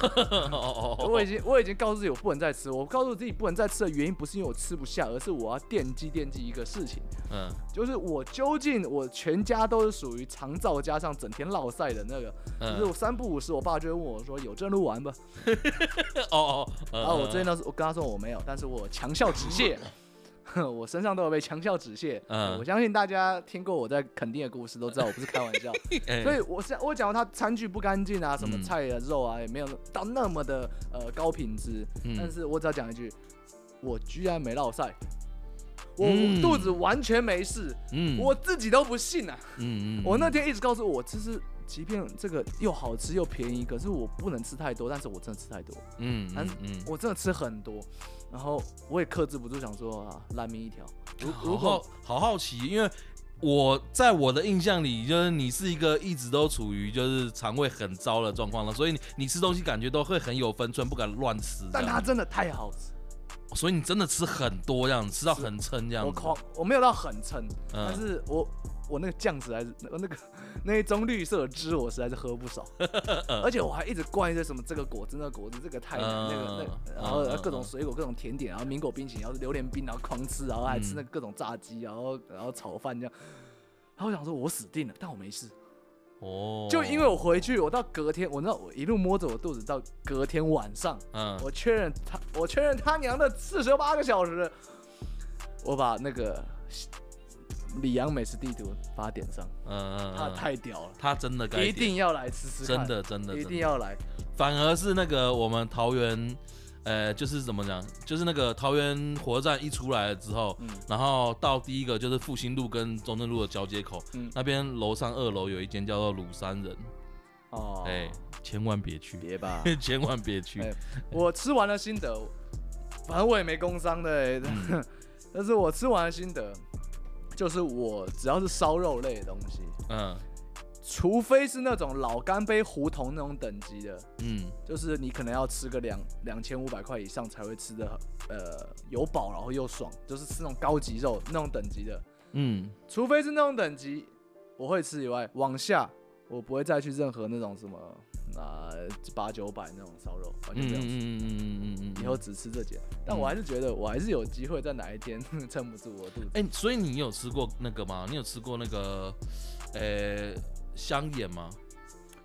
A: 哦哦，
B: 我已经我已经告诉自己我不能再吃，我告诉自己不能再吃的原因不是因为我吃不下，而是我要惦记惦记一个事情，
A: 嗯
B: 就是我究竟我全家都是属于长照加上整天落晒的那个，就是
A: 嗯
B: 我三不五时，我爸就会问我说有正路玩吧？
A: 哦哦，
B: 然后啊我最近那时候我跟他说我没有，但是我强
A: [LAUGHS]
B: 效止泻。哼我身上都有被强效止泻，
A: 嗯
B: 我相信大家听过我在垦丁的故事都知道我不是开玩
A: [LAUGHS]
B: 笑，所
A: 以
B: 以我是我讲到它餐具不干净啊，什么
A: 嗯
B: 菜啊、肉啊也没有到那么的呃高品质，
A: 嗯
B: 但是我只要讲一句，我居然没落晒，我
A: 嗯
B: 肚子完全没事，
A: 嗯
B: 我自己都不信啊！
A: 嗯嗯，
B: 我那天一直告诉我，就是即便这个又好吃又便宜，可是我不能吃太多，但是我真的吃太多，
A: 嗯嗯，
B: 我真的吃很多，然后我也克制不住想说啊，烂命一条。如如
A: 好好
B: 果
A: 好好奇，因为。我在我的印象里，就是你是一个一直都处于就是肠胃很糟的状况了，所以你你吃东西感觉都会很有分寸，不敢乱吃。
B: 但它真的太好吃，
A: 所以你真的吃很多这样，吃到很撑这样
B: 我狂，我没有到很撑，
A: 嗯
B: 但是我我那个酱实在是那个那个 [LAUGHS] 那一盅绿色的汁，我实在是喝
A: [LAUGHS]
B: 不少，而且我还一直灌一些什么这个果汁那个果汁，这个太难、那个那
A: 嗯
B: 个，然后
A: 嗯嗯
B: 各种水果、各种甜点，然后芒果冰淇淋，然后榴莲冰，然后狂吃，然后还吃那各种炸鸡，然后然后炒饭这样。然后我想说，我死定了，但我没事，
A: 哦，
B: 就因为我回去，我到隔天，我知道我一路摸着我肚子到隔天晚上，
A: 嗯
B: 我确认他，我确认他娘的四十八个小时，我把那个里昂美食地图把它点上，
A: 嗯
B: 它太屌了，
A: 他真的该
B: 啊一
A: 点
B: 定要来吃吃
A: 真
B: 看，
A: 的真的
B: 一
A: 真
B: 定
A: 的，
B: 要来，
A: 反而是那个我们桃园，呃，就是怎么讲，就是那个桃园火车站一出来了之后，
B: 嗯
A: 然后到第一个就是复兴路跟中正路的交接口，
B: 嗯
A: 那边楼上二楼有一间叫做鲁山人，
B: 哦，
A: 哎、千万别去，
B: [LAUGHS] 别
A: [LAUGHS]
B: 吧，
A: 千万别去，
B: 哎我吃完了心得，反正我也没工伤的、欸，
A: 嗯
B: [LAUGHS] 但是我吃完了心得，就是我只要是烧肉类的东西，
A: 嗯
B: 除非是那种老干杯胡同那种等级的，
A: 嗯
B: 就是你可能要吃个两两千五百块以上才会吃的，呃，有饱然后又爽，就是吃那种高级肉那种等级的，
A: 嗯，
B: 除非是那种等级我会吃以外，往下我不会再去任何那种什么啊八九百那种烧肉，完全
A: 嗯
B: 这样
A: 嗯
B: 子。
A: 嗯嗯嗯嗯嗯，
B: 以后只吃这间，但我还是觉得我还是有机会在哪一天撑不住我肚子。
A: 哎、所以你有吃过那个吗？你有吃过那个，呃，香眼吗？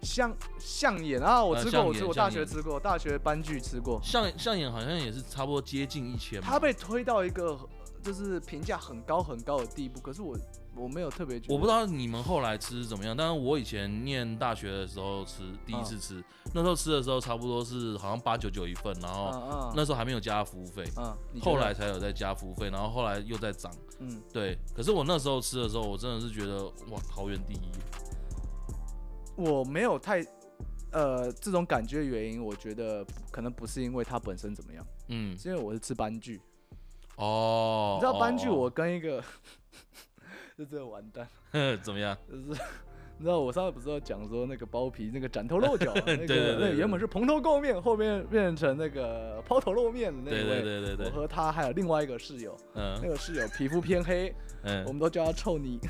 B: 象象眼啊，我
A: 嗯呃
B: 吃过，
A: 象
B: 我
A: 眼
B: 吃过，
A: 象
B: 大学
A: 眼
B: 吃过，大学班剧吃过。
A: 象象眼好像也是差不多接近一千嘛。
B: 它被推到一个就是评价很高很高的地步，可是我我没有特别觉得，
A: 我不知道你们后来吃怎么样，但是我以前念大学的时候吃，第
B: 嗯
A: 一次吃，那时候吃的时候差不多是好像八九九一份，然后
B: 嗯
A: 那时候还没有加服务费，
B: 嗯嗯，你觉
A: 后
B: 得
A: 来才有再加服务费，然后后来又在涨。
B: 嗯，
A: 对，可是我那时候吃的时候，我真的是觉得哇，桃园第一。
B: 我没有太呃这种感觉的原因，我觉得可能不是因为它本身怎么样，
A: 嗯，
B: 是因为我是吃班剧，
A: 哦，
B: 你知道班剧
A: 哦
B: 我跟一个 [LAUGHS] 这真的完蛋，
A: 哦 [LAUGHS] 怎么样？
B: 就是。你知道我上次不是有讲说那个包皮那个斩
A: [LAUGHS]
B: 头露脚啊，那
A: 对对
B: 个
A: 对
B: 那个
A: 对
B: 原本是蓬头垢面，后面变成那个抛头露面的那
A: 对
B: 一
A: 对
B: 位，
A: 对对对
B: 我，和他还有另外一个室友，那
A: 嗯
B: 个室友皮肤偏黑，我
A: [LAUGHS] 嗯，
B: 们都叫他臭泥。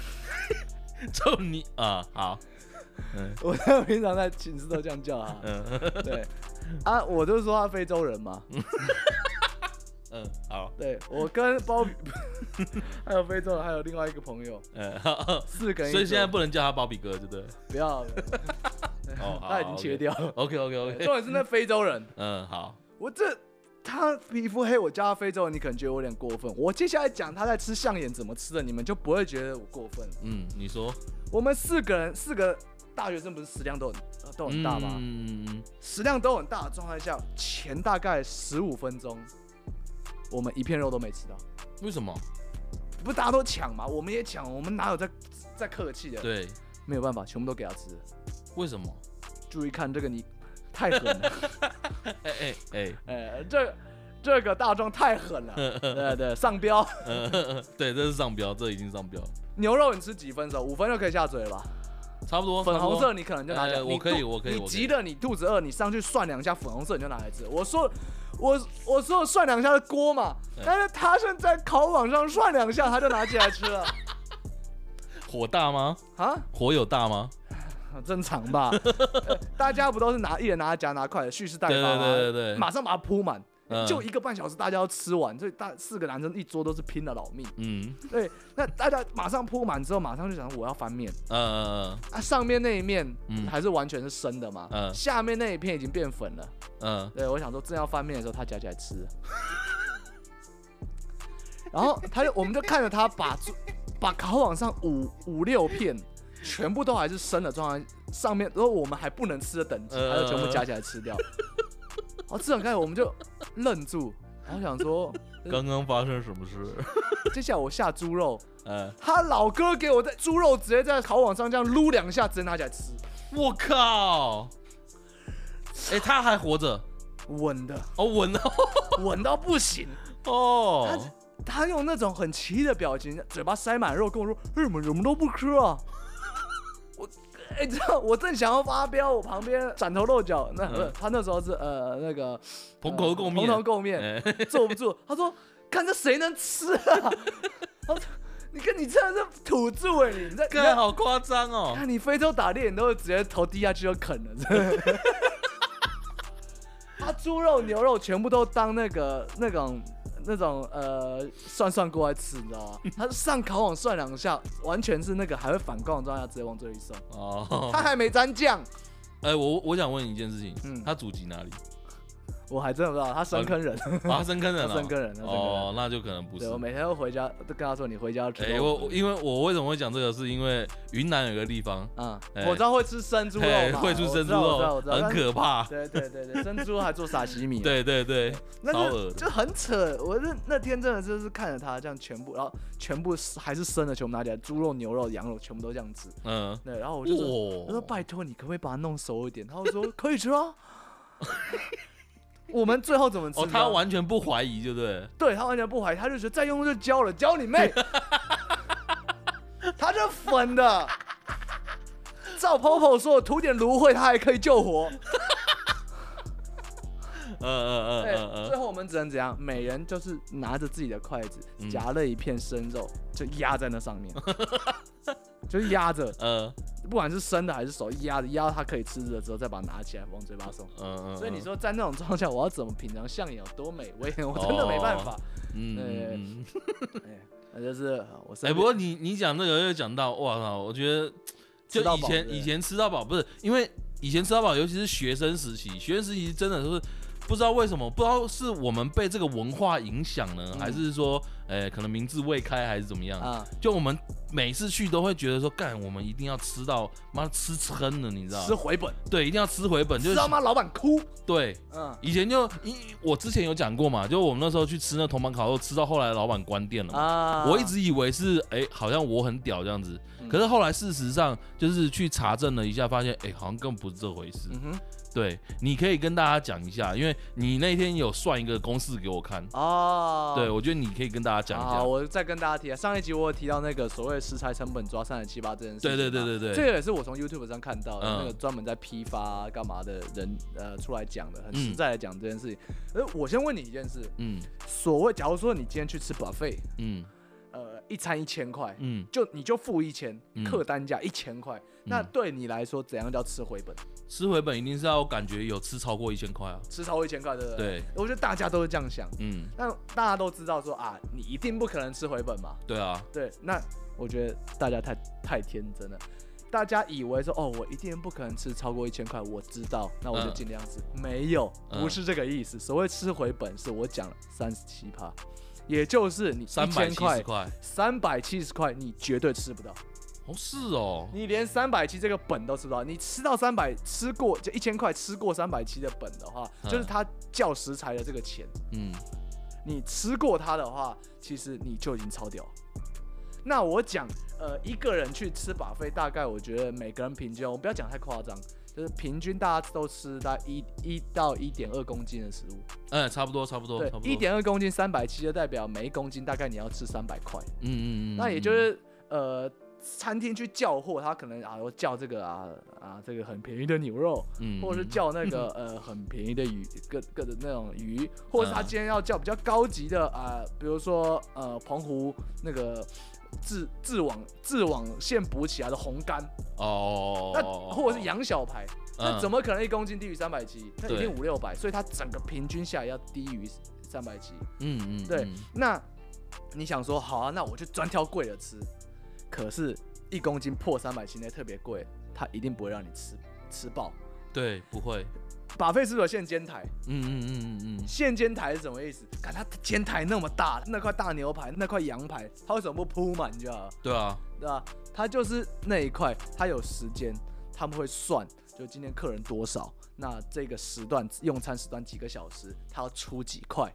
A: 就你啊，好，嗯
B: [LAUGHS] 我在平常在寝室都这样叫
A: [LAUGHS]
B: 他。
A: 嗯
B: 对，啊，我就说他非洲人嘛。
A: 嗯，好，
B: 对我跟包，
A: [LAUGHS]
B: 还有非洲人，还有另外一个朋友，
A: 嗯，好
B: 四个人一
A: 所
B: 桌。
A: 以现在不能叫他包比哥，对不对？
B: 不要，
A: [LAUGHS] 哦，好
B: [LAUGHS] 他已经切掉了。
A: OK OK
B: [LAUGHS]
A: OK，
B: 重点是那非洲人，
A: 嗯，好，
B: 我这他皮肤黑，我叫他非洲人，你可能觉得我有点过分。我接下来讲他在吃象眼怎么吃的，你们就不会觉得我过分了。
A: 嗯，你说
B: 我们四个人，四个大学生不是食量都很都很大吗？
A: 嗯，
B: 食量都很大的状态下，前大概十五分钟，我们一片肉都没吃到。
A: 为什么？
B: 不是大家都抢吗？我们也抢，我们哪有在在客气的？
A: 对，
B: 没有办法，全部都给他吃。
A: 为什么？
B: 注意看这个你，太狠了，
A: 哎哎哎，
B: 哎，这这个大壮太狠了，对对，上标。
A: 呃， [LAUGHS] 对，这是上标，这已经上标了，
B: 牛肉你吃几分熟？五分就可以下嘴了吧？
A: 差不多。
B: 粉红
A: 差不
B: 色
A: 多，
B: 你可能就拿起来，
A: 哎
B: 你
A: 我可以
B: 肚
A: 我可以
B: 你
A: 我可以
B: 急了，你肚子饿，你上去涮两下粉红色，你就拿来吃。我说，我我说涮两下的锅嘛，
A: 哎
B: 但是他是在烤网上涮两下，他就拿起来吃了
A: 火大吗？
B: 啊，
A: 火有大吗？
B: 正常
A: [LAUGHS]
B: 吧？呃大家不都是拿一人拿夹拿筷子蓄势待发
A: 对
B: 吗？
A: 对对对对
B: 马上把它铺满。
A: 嗯
B: 就一个半小时，大家要吃完，所以大四个男生一桌都是拼了老命。
A: 嗯，
B: 对，那大家马上铺满之后，马上就想我要翻面，
A: 呃
B: 啊，上面那一面
A: 嗯
B: 还是完全是生的嘛，
A: 嗯
B: 下面那一片已经变粉了。
A: 呃，
B: 对，我想说正要翻面的时候，他夹起来吃， [LAUGHS] 然后他就我们就看着他把把烤网上五五六片全部都还是生的状态，上面然后我们还不能吃的等级，他就全部夹起来吃掉。然后吃很开始我们就愣住，然后想说
A: 刚刚发生什么
B: [LAUGHS]
A: 事？
B: 接下来我下猪肉，
A: 呃，
B: 他老哥给我在猪肉直接在烤网上这样撸两下，直接拿起来吃，
A: 我靠！哎，他还活着，
B: 稳的
A: 哦，稳哦，
B: 稳到不行。
A: 哦，
B: 他用那种很奇异的表情，嘴巴塞满肉，跟我说：“哎，你们什么都不吃啊？” [LAUGHS] 我，哎，你知道，我正想要发飙，我旁边斩头露脚。那、
A: 嗯
B: 他那时候是呃那个
A: 蓬头垢面，
B: 蓬头垢面，
A: 哎， [LAUGHS]
B: 坐不住。他说：“看这谁能吃啊？”他说：“你看你真的是土著哎，你你在
A: 干
B: 看，
A: 好夸张哦！
B: 啊看你非洲打猎，你都会直接头低下去就啃了。真的”他猪肉、牛肉全部都当那个那种那种呃涮涮锅来吃，你知道吗？他上烤网涮两下，完全是那个还会反光的状态下直接往这里送，
A: 哦，
B: 他还没沾酱，
A: 哎，我我想问你一件事情，
B: 嗯
A: 他祖籍哪里？
B: 我还真的不知道他深坑人。
A: [LAUGHS] 啊，深坑人
B: 他
A: 啊，
B: 深坑人他深坑人
A: 哦，那就可能不是
B: 对我。每天都回家都跟他说你回家吃
A: 哎、
B: 肉。
A: 我我因为我为什么会讲这个，是因为云南有个地方，
B: 嗯，
A: 哎
B: 我知道会吃生猪肉
A: 嘿
B: 嘛，
A: 会出
B: 我
A: 生
B: 知
A: 猪
B: 道我知道
A: 肉
B: 我，知道，
A: 很
B: 但是
A: 可怕。
B: 对对对对，生猪还做沙西米。啊
A: 对对对，
B: [LAUGHS] 那
A: 超恶
B: 就
A: 的
B: 就很扯，我是那天真的就是看着他这样全部，然后全部是还是生的，全部拿起来，猪肉、牛肉、羊肉全部都这样子。
A: 嗯，
B: 对，然后我就说，我说
A: 哇，
B: 拜托你可不可以把它弄熟一点？他就说可以
A: [LAUGHS]
B: 吃啊。我们最后怎么吃？
A: 哦，
B: 你知道
A: 他
B: 吗
A: 完全不怀疑，对不对？
B: 对他完全不怀疑，他就觉得再用就焦了，焦
A: [LAUGHS]
B: 你妹！他这粉的，照 Popo 说，涂点芦荟，他还可以救活。
A: 嗯嗯
B: 对，
A: 嗯嗯
B: 最
A: 嗯，
B: 后我们只能怎样？每人就是拿着自己的筷子
A: 嗯， [LAUGHS]
B: 夹了一片生肉，就压在那上面，就是压着。
A: 呃，
B: 不管是生的还是手一压的，压到它可以吃的之后，再把它拿起来往嘴巴送。
A: 嗯嗯，
B: 所以
A: 嗯
B: 你，说在那种状况下，我要怎么品尝象有多美味？我真的没办法。
A: 嗯
B: 对
A: 嗯嗯
B: 哎，那就是我
A: 哎、
B: 身
A: 不
B: 边
A: 过你你讲那个又讲到，哇靠！我觉得就
B: 吃到
A: 以
B: 饱
A: 前
B: 对
A: 以前吃到饱不是因为以前吃到饱，尤其是学生时期，学生时期真的是不知道为什么，不知道是我们被这个文化影响呢，
B: 嗯
A: 还是说，哎、可能民智未开还是怎么样？
B: 啊，
A: 就我们每次去都会觉得说，干，我们一定要吃到妈吃撑了，你知道
B: 吃
A: 吗？
B: 回本，
A: 对，一定要吃回本，就
B: 知
A: 是
B: 道吗？老板哭，
A: 对。
B: 嗯
A: 以前就因我之前有讲过嘛，就我们那时候去吃那铜板烤肉，吃到后来老板关店了嘛。
B: 啊，
A: 我一直以为是哎、好像我很屌这样子，
B: 嗯
A: 可是后来事实上就是去查证了一下，发现哎、好像根本不是这回事。
B: 嗯哼
A: 对，你可以跟大家讲一下，因为你那天有算一个公式给我看，
B: 哦，
A: 对我觉得你可以跟大家讲一
B: 好，
A: 下。
B: 我再跟大家提啊，上一集我有提到那个所谓食材成本抓三十七八这件事情
A: 对对
B: 嘛，
A: 对对
B: 这
A: 对，
B: 个也是我从 YouTube 上看到的，
A: 嗯
B: 那个专门在批发干嘛的人呃出来讲的，很实
A: 嗯
B: 在的讲这件事情。呃、我先问你一件事，
A: 嗯
B: 所谓假如说你今天去吃 buffet，
A: 嗯
B: 呃，一餐一千块，
A: 嗯，
B: 就你就付一千、
A: 嗯
B: 客单价一千块，那对你来说怎样叫吃回本？
A: 吃回本一定是要感觉有吃超过一千块啊。
B: 吃超过一千块，对不对？
A: 对，
B: 我觉得大家都是这样想，
A: 嗯，
B: 但大家都知道说啊，你一定不可能吃回本嘛，
A: 对啊，
B: 对，那我觉得大家太太天真了。大家以为说哦，我一定不可能吃超过一千块，我知道，那我就
A: 嗯
B: 尽量吃。没有，
A: 嗯
B: 不是这个意思。所谓吃回本，是我讲了三十七趴，也就是你
A: 三
B: 一
A: 百
B: 千
A: 七十
B: 块、
A: 块，
B: 三百七十块，你绝对吃不到，
A: 哦是哦，
B: 你连三百七这个本都吃不到。你吃到三百，吃过就一千块，吃过三百七的本的话，
A: 嗯
B: 就是他叫食材的这个钱，
A: 嗯
B: 你吃过它的话，其实你就已经超屌了。那我讲，呃，一个人去吃把费，大概我觉得每个人平均，哦我们不要讲太夸张，就是平均大家都吃大概一一到一点二公斤的食物，
A: 哎，差不多差不多
B: 对
A: 差不，多，
B: 一，点二公斤三百七就代表每一公斤大概你要吃三百块，
A: 嗯嗯嗯，
B: 那也就是呃，餐厅去叫货，他可能啊我叫这个啊啊这个很便宜的牛肉，
A: 嗯，嗯
B: 或者是叫那个呃很便宜的鱼，各各的那种鱼，或者是他
A: 嗯
B: 今天要叫比较高级的啊、呃比如说呃澎湖那个自自网自网线捕起来的红干，
A: 哦，嗯
B: 那或者是羊小排，那怎
A: 么
B: 么可能一公斤低于三百七？那一
A: 对
B: 定五六百，所以它整个平均下来要低于三百七。
A: 嗯嗯
B: 对
A: 嗯
B: 那你想说好啊，那我就专挑贵的吃，可是，一公斤破三百七那特别贵，它一定不会让你吃吃爆。
A: 对不会，
B: 把费是不是有现煎台？
A: 嗯嗯嗯嗯嗯，
B: 现煎台是什么意思？看它煎台那么大，那块大牛排，那块羊排，它为什么不铺满就好了？
A: 对啊，
B: 对吧？它就是那一块，它有时间，他们会算，就今天客人多少，那这个时段用餐时段几个小时，它要出几块。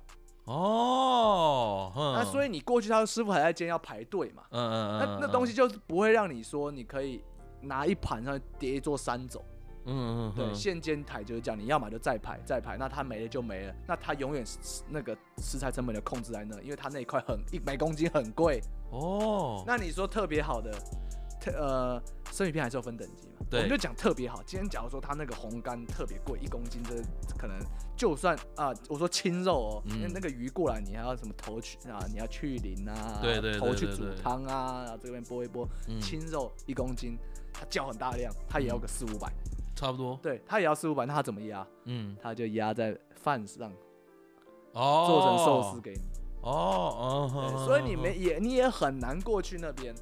A: 哦，哼
B: 那啊所以你过去，他的师傅还在煎，要排队嘛。
A: 嗯嗯嗯，
B: 那那东西就是不会让你说你可以拿一盘上去叠一座山走。
A: 嗯，嗯嗯，
B: 对，
A: 嗯
B: 现煎台就是这样，你要么就再排再排，那它没了就没了，那它永远是那个食材成本就控制在那，因为它那一块很一每公斤很贵。
A: 哦，
B: 那你说特别好的，特呃生鱼片还是有分等级嘛？
A: 对
B: 我们就讲特别好。今天假如说它那个红干特别贵，一公斤这可能就算啊、我说青肉哦，
A: 嗯
B: 那、那个鱼过来你还要什么头去啊，你要去鳞啊，
A: 对对对
B: 头去
A: 对
B: 煮
A: 对
B: 汤啊，然后这边剥一剥，
A: 嗯
B: 青肉一公斤，它叫很大量，它也要个四五百，
A: 差不多，
B: 对，它也要四五百，那它怎么压？
A: 嗯，
B: 他就压在饭上
A: 哦，
B: 做成寿司，给你，
A: 哦，
B: 对
A: 哦，
B: 所以你没也你也很难过去那边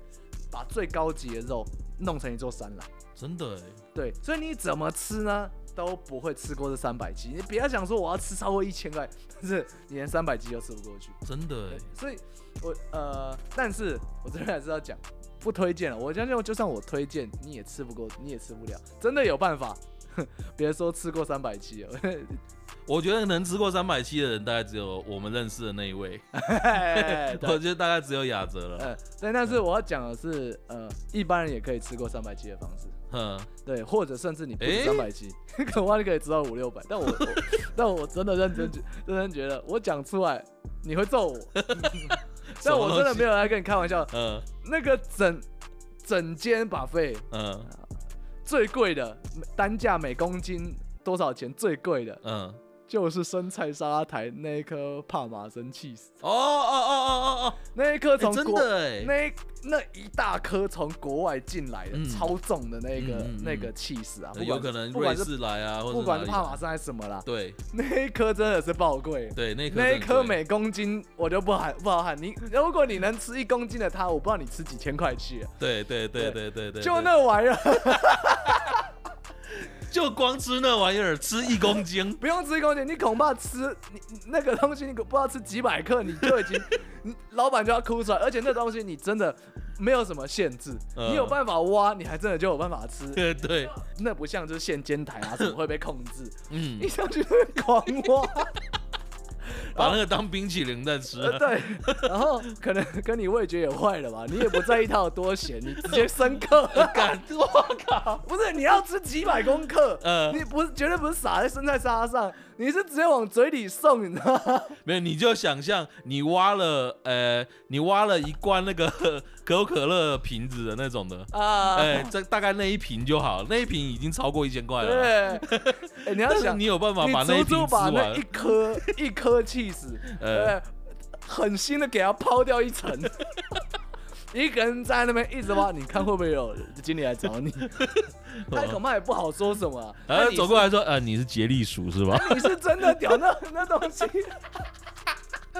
B: 把最高级的肉弄成一座山来，
A: 真的欸，
B: 对，所以你怎么吃呢？都不会吃过这三百级，你不要想说我要吃超过一千块， [LAUGHS] 但是你连三百级都吃不过去。
A: 真的
B: 对
A: 欸，，
B: 所以我呃，但是我这边还是要讲，不推荐了。我相信，就算我推荐，你也吃不过，你也吃不了。真的有办法，别说吃过三百七了， [LAUGHS]
A: 我觉得能吃过三百七的人，大概只有我们认识的那一位， [LAUGHS]
B: [LAUGHS] 嘿哎对
A: 我觉得大概只有雅哲了，
B: 呃，对，但是我要讲的是，呃，一般人也可以吃过三百七的方式，
A: 哼，
B: 对，或者甚至你不止
A: 诶
B: 三百七，恐怕你可以吃到五六百。但我，我但我真的认真觉认真觉得，我讲出来你会揍我，但我真的没
A: 有，
B: 有在跟你开玩笑。
A: 嗯
B: 那个整整间把费
A: 嗯
B: 最贵的单价每公斤多少钱？最贵的
A: 嗯，
B: 就是生菜沙拉台那一颗帕玛森 cheese，
A: 哦哦哦哦哦
B: 那一颗
A: 哦，哎
B: 从
A: 真
B: 国、
A: 的哎，
B: 那那一大颗从国外进来的、
A: 嗯
B: 超重的那个、
A: 嗯嗯嗯
B: 那个 cheese 啊，不
A: 呃
B: 管
A: 有可能
B: 不
A: 瑞
B: 管是
A: 士来啊，或者
B: 不管是
A: 哪里
B: 帕
A: 来
B: 玛森还是什么啦，
A: 对
B: 那一颗真的是爆贵。
A: 对，那
B: 那一
A: 真的
B: 颗
A: 贵
B: 每公斤我就不喊不好喊你，如果你能吃一公斤的它，我不知道你吃几千块去，
A: 对对对对
B: 对
A: 对对，
B: 就
A: 对
B: 那玩意儿， [LAUGHS]，
A: 就光吃那玩意儿，吃一公斤 [LAUGHS]
B: 不用吃一公斤，你恐怕吃你你那个东西，你不知道吃几百克，你就
A: [LAUGHS]
B: 已经你老板就要哭出来。而且那东西你真的没有什么限制，
A: 嗯
B: 你有办法挖，你还真的就有办法吃。
A: 对对，
B: [LAUGHS] 那不像就是现
A: [LAUGHS]
B: 监台啊，什么会被控制，
A: 嗯
B: [LAUGHS] 你，上去就会狂挖。 [LAUGHS]
A: 把那个当冰淇淋在吃啊，
B: 呃， [LAUGHS] 对，然后可能跟你味觉也坏了吧，你也不在意它有多咸，你直接深刻。
A: [LAUGHS] 干，我靠，
B: [LAUGHS] 不是你要吃几百公克，
A: 呃
B: 你不是绝对不是撒在生菜沙拉上，你是直接往嘴里送，你知道吗？
A: 没有，你就想象你挖了，呃，你挖了一罐那个 [LAUGHS] 可口可乐瓶子的那种的，[LAUGHS]
B: 啊、[LAUGHS]
A: 哎，这大概那一瓶就好，那一瓶已经超过一千块了啦。
B: 对，哎你要
A: 但是
B: 想，
A: 你有办法
B: 你
A: 把那一
B: 足
A: 瓶
B: 足
A: 吃
B: 把那
A: 完
B: 一，颗一颗气死，
A: 呃
B: 对，狠心的给它抛掉一层。一个人在那边一直挖，你看会不会有经理来找你？他恐怕也不好说什么啊、
A: 然
B: 那
A: 后
B: 你
A: 走
B: 是
A: 过来说，呃，你是杰利鼠是吧？
B: 你是真的屌那那东西。 [LAUGHS]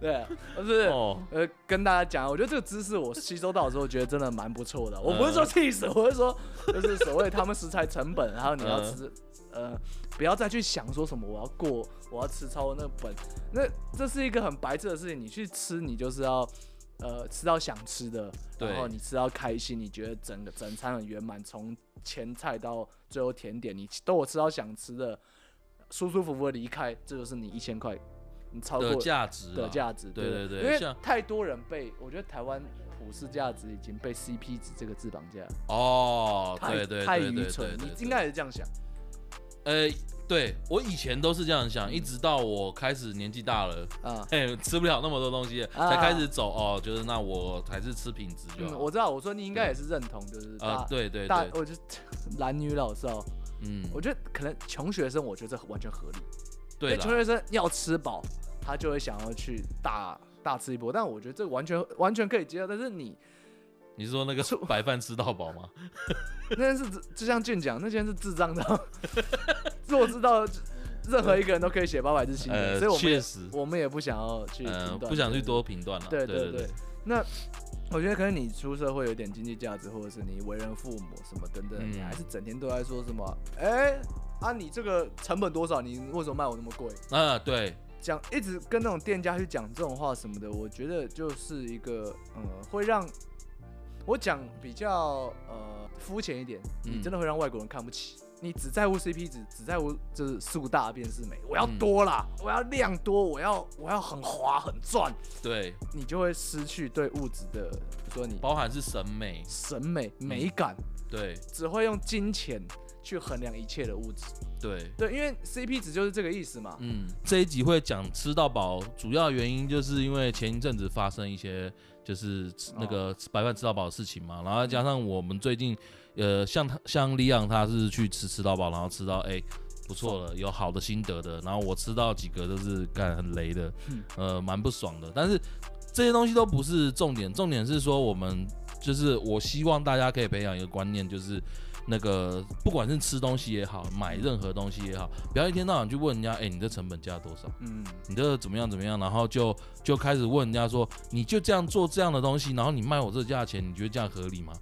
B: 对，就是、
A: 哦
B: 呃，跟大家讲，我觉得这个知识我吸收到的时候，觉得真的蛮不错的。我不是
A: 嗯
B: 说气死，我是说就是所谓他们食材成本，然后你
A: 嗯
B: 要吃，呃，不要再去想说什么我要过，我要吃超过那个本，那这是一个很白痴的事情。你去吃，你就是要。呃，吃到想吃的，
A: 对
B: 然后你吃到开心，你觉得整个整餐很圆满，从前菜到最后甜点，你都有吃到想吃的，舒舒服服的离开，这就是你一千块，你超
A: 的
B: 过
A: 价值啊，
B: 的价值，
A: 对
B: 对
A: 对对
B: 因为
A: 像
B: 太多人被，我觉得台湾普世价值已经被 CP 值这个字绑架了，
A: 哦，
B: 太
A: 对对
B: 太
A: 对
B: 愚
A: 对
B: 蠢
A: 对，对
B: 了，你应该也是这样想，
A: 呃，对我以前都是这样想，一直到我开始年纪大了， [LAUGHS]
B: 啊。
A: 嘿，吃不了那么多东西了，
B: 啊
A: 才开始走哦，就是那我还是吃品质就
B: 嗯，
A: 好。
B: 我知道，我说你应该也是认同，就是
A: 啊
B: 大，
A: 对对
B: 大
A: 对，，
B: 我觉得 [LAUGHS] 男女老少，
A: 嗯，
B: 我觉得可能穷学生，我觉得这完全合理，因
A: 对
B: 为穷
A: 啦，
B: 学生要吃饱，他就会想要去大大吃一波，但我觉得这完全完全可以接受，但是你 [LAUGHS]
A: 你是说那个白饭吃到饱吗？
B: 那件事智就像俊讲，那件事智障到 [LAUGHS] 弱智到任何一个人都可以写八百字新闻，
A: 呃
B: 所以我，们
A: 确
B: 也
A: 实，
B: 我们也不想要去评
A: 呃，
B: 断、
A: 不想去多评断了。
B: 对
A: 对
B: 对
A: 对，
B: 那我觉得可能你出社会有点经济价值，或者是你为人父母什么等等，
A: 嗯
B: 你还是整天都在说什么，哎、啊你这个成本多少？你为什么卖我那么贵？
A: 啊对，
B: 讲一直跟那种店家去讲这种话什么的，我觉得就是一个呃，会让我讲比较呃肤浅一点，
A: 嗯
B: 你真的会让外国人看不起。你只在乎 CP 值，只在乎就是树大便是美，我要
A: 嗯
B: 多啦，我要量多，我要我要很滑很赚，
A: 对，
B: 你就会失去对物质的，比如说你
A: 包含是审美，
B: 审美美感，
A: 对
B: 只会用金钱去衡量一切的物质。
A: 对。
B: 对，因为 CP 值就是这个意思嘛。
A: 嗯，这一集会讲吃到饱，主要原因就是因为前一阵子发生一些就是吃那个白饭吃到饱的事情嘛，然后再加上我们最近，呃，像他像利昂他是去吃吃到饱，然后吃到哎、不错了，有好的心得的，然后我吃到几个都是干很雷的，
B: 嗯
A: 呃，蛮不爽的，但是这些东西都不是重点，重点是说我们就是我希望大家可以培养一个观念，就是那个不管是吃东西也好，买任何东西也好，不要一天到晚去问人家，哎、你的成本价多少？
B: 嗯，
A: 你这怎么样怎么样？然后就就开始问人家说，你就这样做这样的东西，然后你卖我这价钱，你觉得这样合理吗？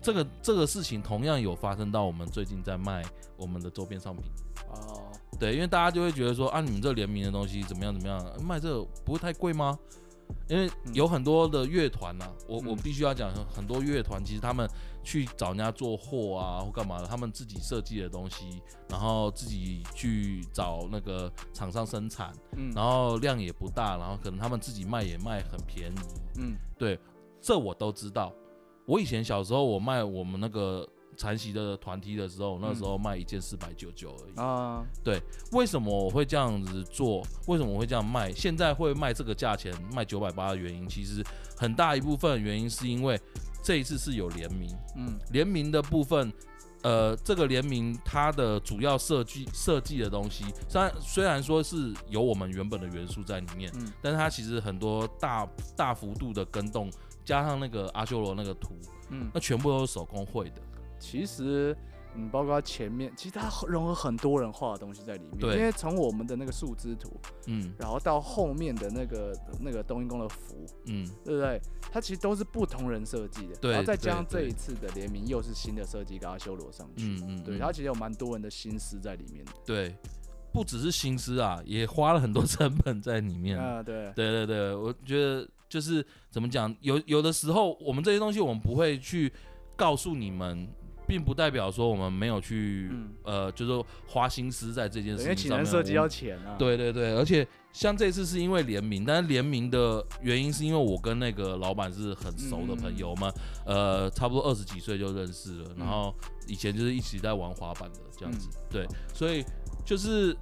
A: 这个这个事情同样有发生到我们最近在卖我们的周边商品，
B: 哦，
A: 对，因为大家就会觉得说啊，你们这联名的东西怎么样怎么样，卖这个不会太贵吗？因为有很多的乐团呐，我我
B: 嗯
A: 必须要讲，很多乐团其实他们去找人家做货啊或干嘛的，他们自己设计的东西，然后自己去找那个厂商生产，
B: 嗯，
A: 然后量也不大，然后可能他们自己卖也卖很便宜，
B: 嗯
A: 对，这我都知道。我以前小时候我卖我们那个残席的团体的时候，
B: 嗯
A: 那时候卖一件四百九九而已。
B: 啊，
A: 为什么我会这样子做？为什么我会这样卖？现在会卖这个价钱，卖九百八的原因，其实很大一部分原因是因为这一次是有联名，
B: 嗯
A: 联名的部分呃，这个联名它的主要设计设计的东西，虽然虽然说是有我们原本的元素在里面，
B: 嗯
A: 但是它其实很多大大幅度的跟动，加上那个阿修罗那个图，
B: 嗯，
A: 那全部都是手工绘的。
B: 其实嗯，包括它前面，其实它融合很多人画的东西在里面。
A: 对
B: 因为从我们的那个树枝图，
A: 嗯
B: 然后到后面的那个那个冬阴功的符，
A: 嗯，
B: 对不对？它其实都是不同人设计的，
A: 对
B: 然后再加上
A: 对
B: 这
A: 对
B: 一次的联名，又是新的设计给它修罗上去，
A: 嗯嗯
B: 对，
A: 嗯
B: 它其实有蛮多人的心思在里面的。
A: 对，不只是心思啊，也花了很多 [LAUGHS] 成本在里面。
B: 啊、对，
A: 嗯对对对，我觉得就是怎么讲，有有的时候我们这些东西我们不会去告诉你们，并不代表说我们没有去、
B: 嗯
A: 呃，就是说花心思在这件事情
B: 因为
A: 上
B: 请
A: 面。
B: 人设计
A: 我
B: 要
A: 们
B: 钱啊。，
A: 对对对，而且像这次是因为联名，但是联名的原因是因为我跟那个老板是很熟的朋友，我们呃差不多二十几岁就认识了，然后以前就是一起在玩滑板的这样子，对，所以就是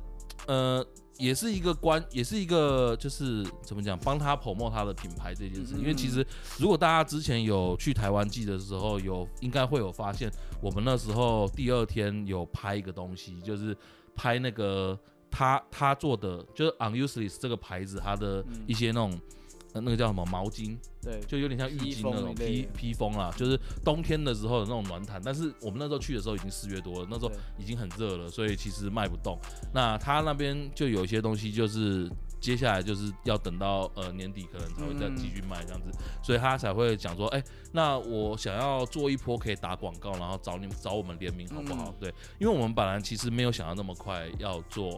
A: 呃也是一个关，也是一个就是怎么讲，帮他 promote 他的品牌这件事，因为其实如果大家之前有去台湾记的时候，有应该会有发现，我们那时候第二天有拍一个东西，就是拍那个他他做的，就是 Unuseless 这个牌子它的
B: 嗯
A: 一些那种、呃那个叫什么毛巾，
B: 对，
A: 就有点像浴
B: 披
A: 巾
B: 风
A: 那种
B: 一类
A: 披
B: 的
A: 披风啦，就是冬天的时候的那种暖毯。但是我们那时候去的时候已经四月多了，那时候
B: 对
A: 已经很热了，所以其实卖不动。那他那边就有一些东西就是。接下来就是要等到呃年底，可能才会再
B: 嗯
A: 继续卖这样子，所以他才会讲说，哎、那我想要做一波可以打广告，然后找你找我们联名好不好？
B: 嗯
A: 对，因为我们本来其实没有想要那么快要做，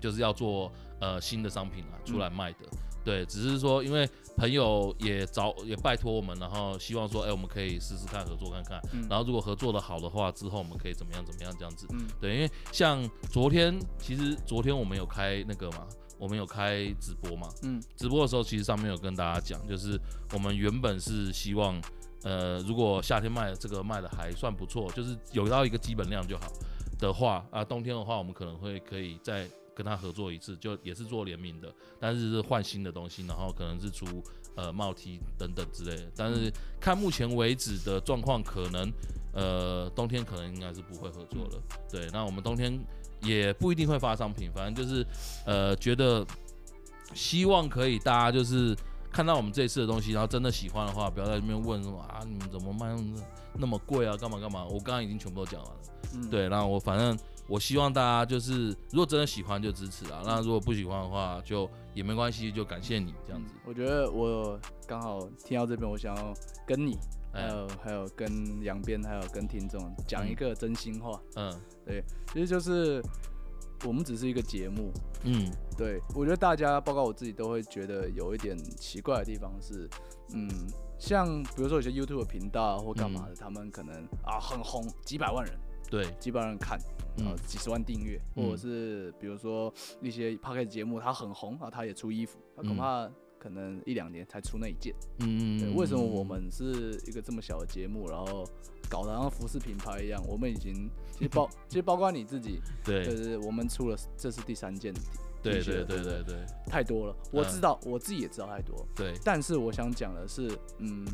A: 就是要做呃新的商品啊出
B: 嗯
A: 来卖的。对，只是说因为朋友也找也拜托我们，然后希望说，哎、我们可以试试看合作看看。
B: 嗯
A: 然后如果合作的好的话，之后我们可以怎么样怎么样这样子。
B: 嗯
A: 对，因为像昨天，其实昨天我们有开那个嘛，我们有开直播嘛，
B: 嗯
A: 直播的时候，其实上面有跟大家讲，就是我们原本是希望，呃，如果夏天卖的这个卖的还算不错，就是有到一个基本量就好的话，啊，冬天的话我们可能会可以再跟他合作一次，就也是做联名的，但是是换新的东西，然后可能是出呃帽 T 等等之类的。但是看目前为止的状况，可能呃冬天可能应该是不会合作了。对，那我们冬天也不一定会发商品，反正就是呃觉得希望可以大家就是看到我们这次的东西，然后真的喜欢的话，不要在这边问什么啊你们怎么卖那么那么贵啊，干嘛干嘛。我刚刚已经全部都讲完了。
B: 嗯，
A: 对，那我反正我希望大家就是，如果真的喜欢就支持啊，那如果不喜欢的话就也没关系，就感谢你这样子
B: 嗯。我觉得我刚好听到这边，我想要跟你，还
A: 哎，
B: 有呃还有跟杨边，还有跟听众讲一
A: 嗯
B: 个真心话。
A: 嗯
B: 其实就是我们只是一个节目，
A: 嗯
B: 对我觉得大家，包括我自己，都会觉得有一点奇怪的地方是，嗯，像比如说有些 YouTube 的频道啊或干
A: 嗯
B: 嘛的，他们可能啊很红，几百万人，
A: 对，
B: 几百万人看，
A: 嗯
B: 啊、几十万订阅，
A: 嗯
B: 或者是比如说一些 p o c k e t 节目，它很红啊，它也出衣服，它恐
A: 嗯
B: 怕可能一两年才出那一件。
A: 嗯
B: 对，
A: 嗯，
B: 为什么
A: 嗯
B: 我？们是一个这么小的节目，然后搞得像服饰品牌一样？我们
A: [LAUGHS]
B: 已经其实包其实包括你自己，
A: 对
B: 就
A: 对
B: 是我们出了这是第三件 T
A: 对
B: T 恤
A: 对
B: 了
A: 对对对
B: 太多了，我
A: 嗯
B: 知道、我自己也知道太多，
A: 对，
B: 但是我想讲的是，嗯，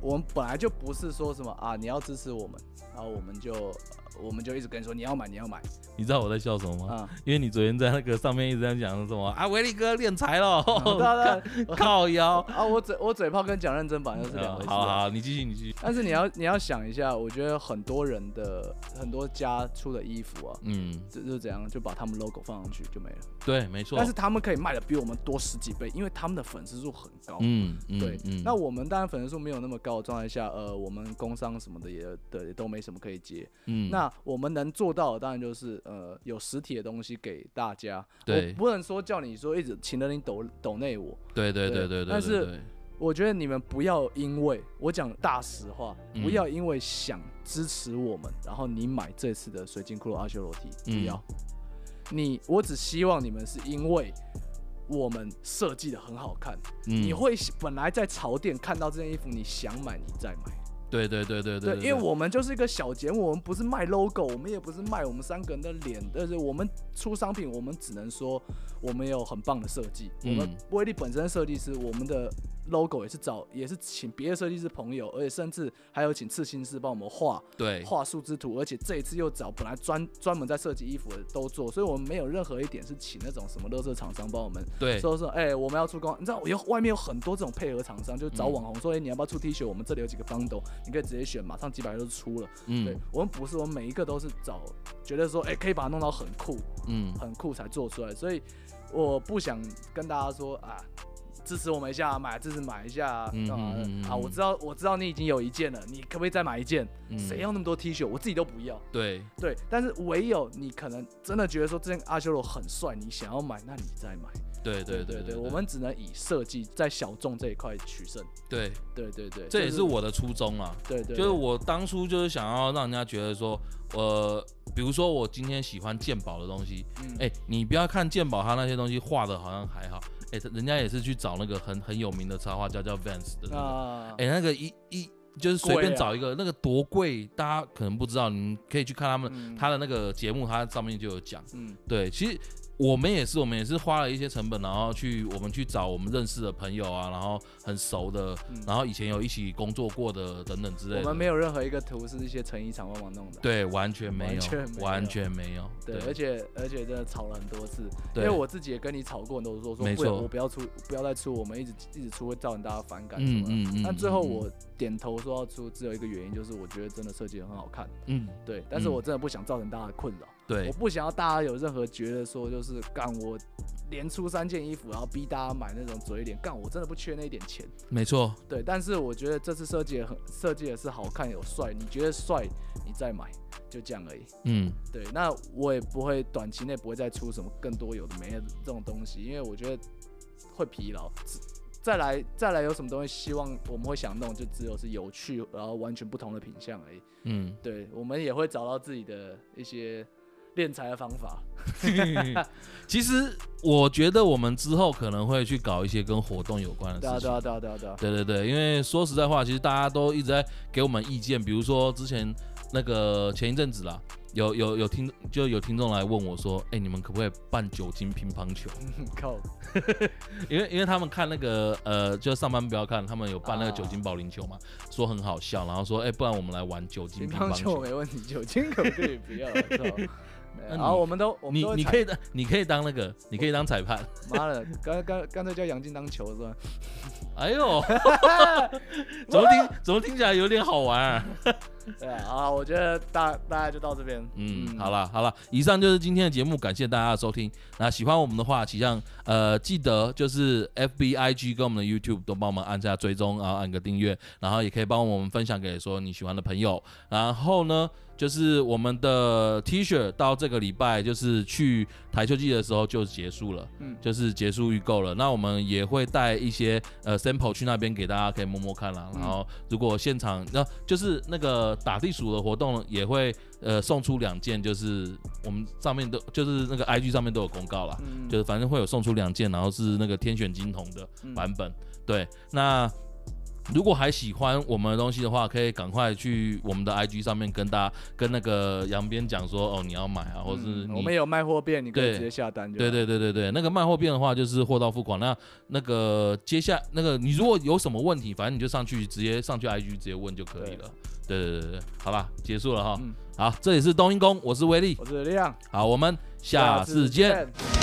B: 我们本来就不是说什么啊，你要支持我们，然后我们就呃我们就一直跟你说你要买你要买
A: 你知道我在笑什么吗？ [LAUGHS]
B: 啊，
A: 因为你昨天在那个上面一直在讲什么啊，维力哥练财喽，
B: 对对
A: 靠 [LAUGHS]
B: 对
A: 靠
B: [LAUGHS]
A: 腰。
B: 啊，我嘴我嘴炮跟讲认真版又是两回
A: 嗯
B: 事、啊
A: 好好，你继续，你继续。
B: 但是你要你要想一下，我觉得很多人的很多家出的衣服啊，
A: 嗯，
B: 就就怎样就把他们 logo 放上去就没了。
A: 对，啊没错。
B: 但是，他们可以卖的比我们多十几倍，因为他们的粉丝数很高。
A: 嗯嗯，
B: 对，
A: 嗯
B: 那我们当然粉丝数没有那么高的状态下，呃，我们工商什么的也的也都没什么可以接。
A: 嗯
B: 那我们能做到的当然就是呃有实体的东西给大家。
A: 对
B: 我不能说叫你说一直请着你抖抖内我，
A: 对对
B: 对
A: 对对对，
B: 但是
A: 对
B: 我觉得你们不要因为我讲大实话，
A: 嗯
B: 不要因为想支持我们，然后你买这次的水晶骷髅阿修罗 T，
A: 嗯
B: 不要。你我只希望你们是因为我们设计的很好看，
A: 嗯
B: 你会本来在潮店看到这件衣服，你想买你再买。
A: 对对对对
B: 对，
A: 对，
B: 因为我们就是一个小节目，我们不是卖 logo，我们也不是卖我们三个人的脸，但是我们出商品，我们只能说我们有很棒的设计。我
A: 嗯
B: 们威力本身设计师，我们的 logo 也是找也是请别的设计师朋友，而且甚至还有请刺青师帮我们画
A: 对，
B: 画树枝图，而且这一次又找本来专专门在设计衣服的都做，所以我们没有任何一点是请那种什么乐色厂商帮我们
A: 对，
B: 说说，哎、我们要出光，你知道有外面有很多这种配合厂商，就找
A: 嗯
B: 网红说，哎、你要不要出 T 恤？我们这里有几个 bundle，你可以直接选，马上几百个就出了。对
A: 嗯
B: 我们不是，我们每一个都是找觉得说，哎、可以把它弄到很酷，
A: 嗯，
B: 很酷才做出来。所以我不想跟大家说啊，支持我们一下，买支持买一下啊、
A: 嗯
B: 干嘛
A: 嗯
B: 的
A: 嗯嗯
B: 啊！我知道，我知道你已经有一件了，你可不可以再买一件？
A: 嗯
B: 谁、要那么多 T 恤？我自己都不要。
A: 对
B: 对，但是唯有你可能真的觉得说这件阿修罗很帅，你想要买，那你再买。
A: 对
B: 对
A: 对
B: 对
A: 对
B: 对，我们只能以设计在小众这一块取胜。
A: 对，
B: 对对对，
A: 这也
B: 就是
A: 我的初衷啊。
B: 对对，
A: 就是
B: 对
A: 我当初就是想要让人家觉得说，呃，比如说我今天喜欢鉴宝的东西，
B: 嗯
A: 哎、你不要看鉴宝他那些东西画的好像还好，哎、他人家也是去找那个很很有名的插画家叫 Vance 的、那个，
B: 啊
A: 哎、那个一一就是随
B: 贵
A: 便
B: 啊
A: 找一个、那个多贵，大家可能不知道，你们可以去看他们、
B: 嗯
A: 他的那个节目，他上面就有讲。
B: 嗯
A: 对，其实我们也是，我们也是花了一些成本，然后去我们去找我们认识的朋友啊，然后很熟的，
B: 嗯
A: 然后以前有一起工作过的等等之类的。
B: 我们没有任何一个图是一些成衣厂帮忙弄的。
A: 对，完全没
B: 完
A: 有
B: 全没，有
A: 完全没有。
B: 对，而且而且真的吵了很多次，因
A: 对
B: 为我自己也跟你吵过很多次，说说
A: 没
B: 不要
A: 错
B: 我不要出，不要再出，我们一直一直出会造成大家反感什
A: 嗯
B: 么的。
A: 嗯嗯，
B: 但最后
A: 嗯
B: 我点头说要出，只有一个原因，就是我觉得真的设计得很好看，
A: 嗯，
B: 对。但是我
A: 嗯
B: 真的不想造成大家的困扰，
A: 对
B: 我不想要大家有任何觉得说就是干我连出三件衣服，然后逼大家买那种嘴脸，干我真的不缺那一点钱。
A: 没错，
B: 对，但是我觉得这次设计得很设计的是好看有帅，你觉得帅你再买，就这样而已。
A: 嗯，
B: 对，那我也不会短期内不会再出什么更多有的没的这种东西，因为我觉得会疲劳。再来再来有什么东西，希望我们会想弄，就只有是有趣，然后完全不同的品相而已。 [LAUGHS]
A: 嗯，
B: 对，我们也会找到自己的一些练财的方法。
A: 其实我觉得我们之后可能会去搞一些跟活动有关的
B: 对啊
A: 事
B: 对
A: 情。
B: 啊对啊对啊对
A: [LAUGHS]
B: 啊。
A: 对对对，因为说实在话，其实大家都一直在给我们意见，比如说之前那个前一阵子啦，有有有听就有听众来问我说，哎、你们可不可以办酒精乒乓球？
B: 靠， [LAUGHS]
A: 因为因为他们看那个呃，就上班不要看，他们有办那个
B: 啊
A: 酒精保龄球嘛，说很好笑，然后说，哎、不然我们来玩酒精
B: 哦乒
A: 乒
B: 乓
A: 乓
B: 球
A: 球。
B: 没问题，酒精可不可以不要？我操对
A: [LAUGHS] 那
B: 然后
A: 你
B: 我们都我们
A: 你
B: 都会
A: 你
B: 踩
A: 可以当你可以当那个，你可以当裁判。
B: 妈的，干干干脆叫杨金当球
A: [LAUGHS]
B: 是吧？
A: 哎
B: [LAUGHS]
A: 呦， [LAUGHS] 怎么听怎么听起来有点好玩、啊？
B: 对啊，好啦，我觉得大大家就到这边。
A: 嗯，好，啦好啦，以上就是今天的节目，感谢大家的收听。那喜欢我们的话，请上呃记得就是 F B I G 跟我们的 YouTube 都帮我们按下追踪，然后按个订阅，然后也可以帮我们分享给说你喜欢的朋友。然后呢，就是我们的 T 恤到这个礼拜就是去台球季的时候就结束了。
B: 嗯，
A: 就是结束预购了。那我们也会带一些呃 sample 去那边给大家可以摸摸看啦。
B: 嗯
A: 然后如果现场那、就是那个打地鼠的活动也会呃送出两件，就是我们上面都就是那个 IG 上面都有公告啦。
B: 嗯
A: 就是反正会有送出两件，然后是那个天选金童的
B: 嗯
A: 版本。对，那如果还喜欢我们的东西的话，可以赶快去我们的 IG 上面跟大家跟那个杨边讲说哦你要买啊，或者是
B: 嗯
A: 你、
B: 我们有卖货变，你可以
A: 对
B: 直接下单就好。
A: 对对对对对，那个卖货变的话就是货到付款。那那个接下那个你如果有什么问题，反正你就上去直接上去 IG 直接问就可以了。对对对对，好吧，结束了哈。
B: 嗯
A: 好，这里是冬阴功，我是威力。
B: 我是亮，
A: 好，我们下次见。
B: 拜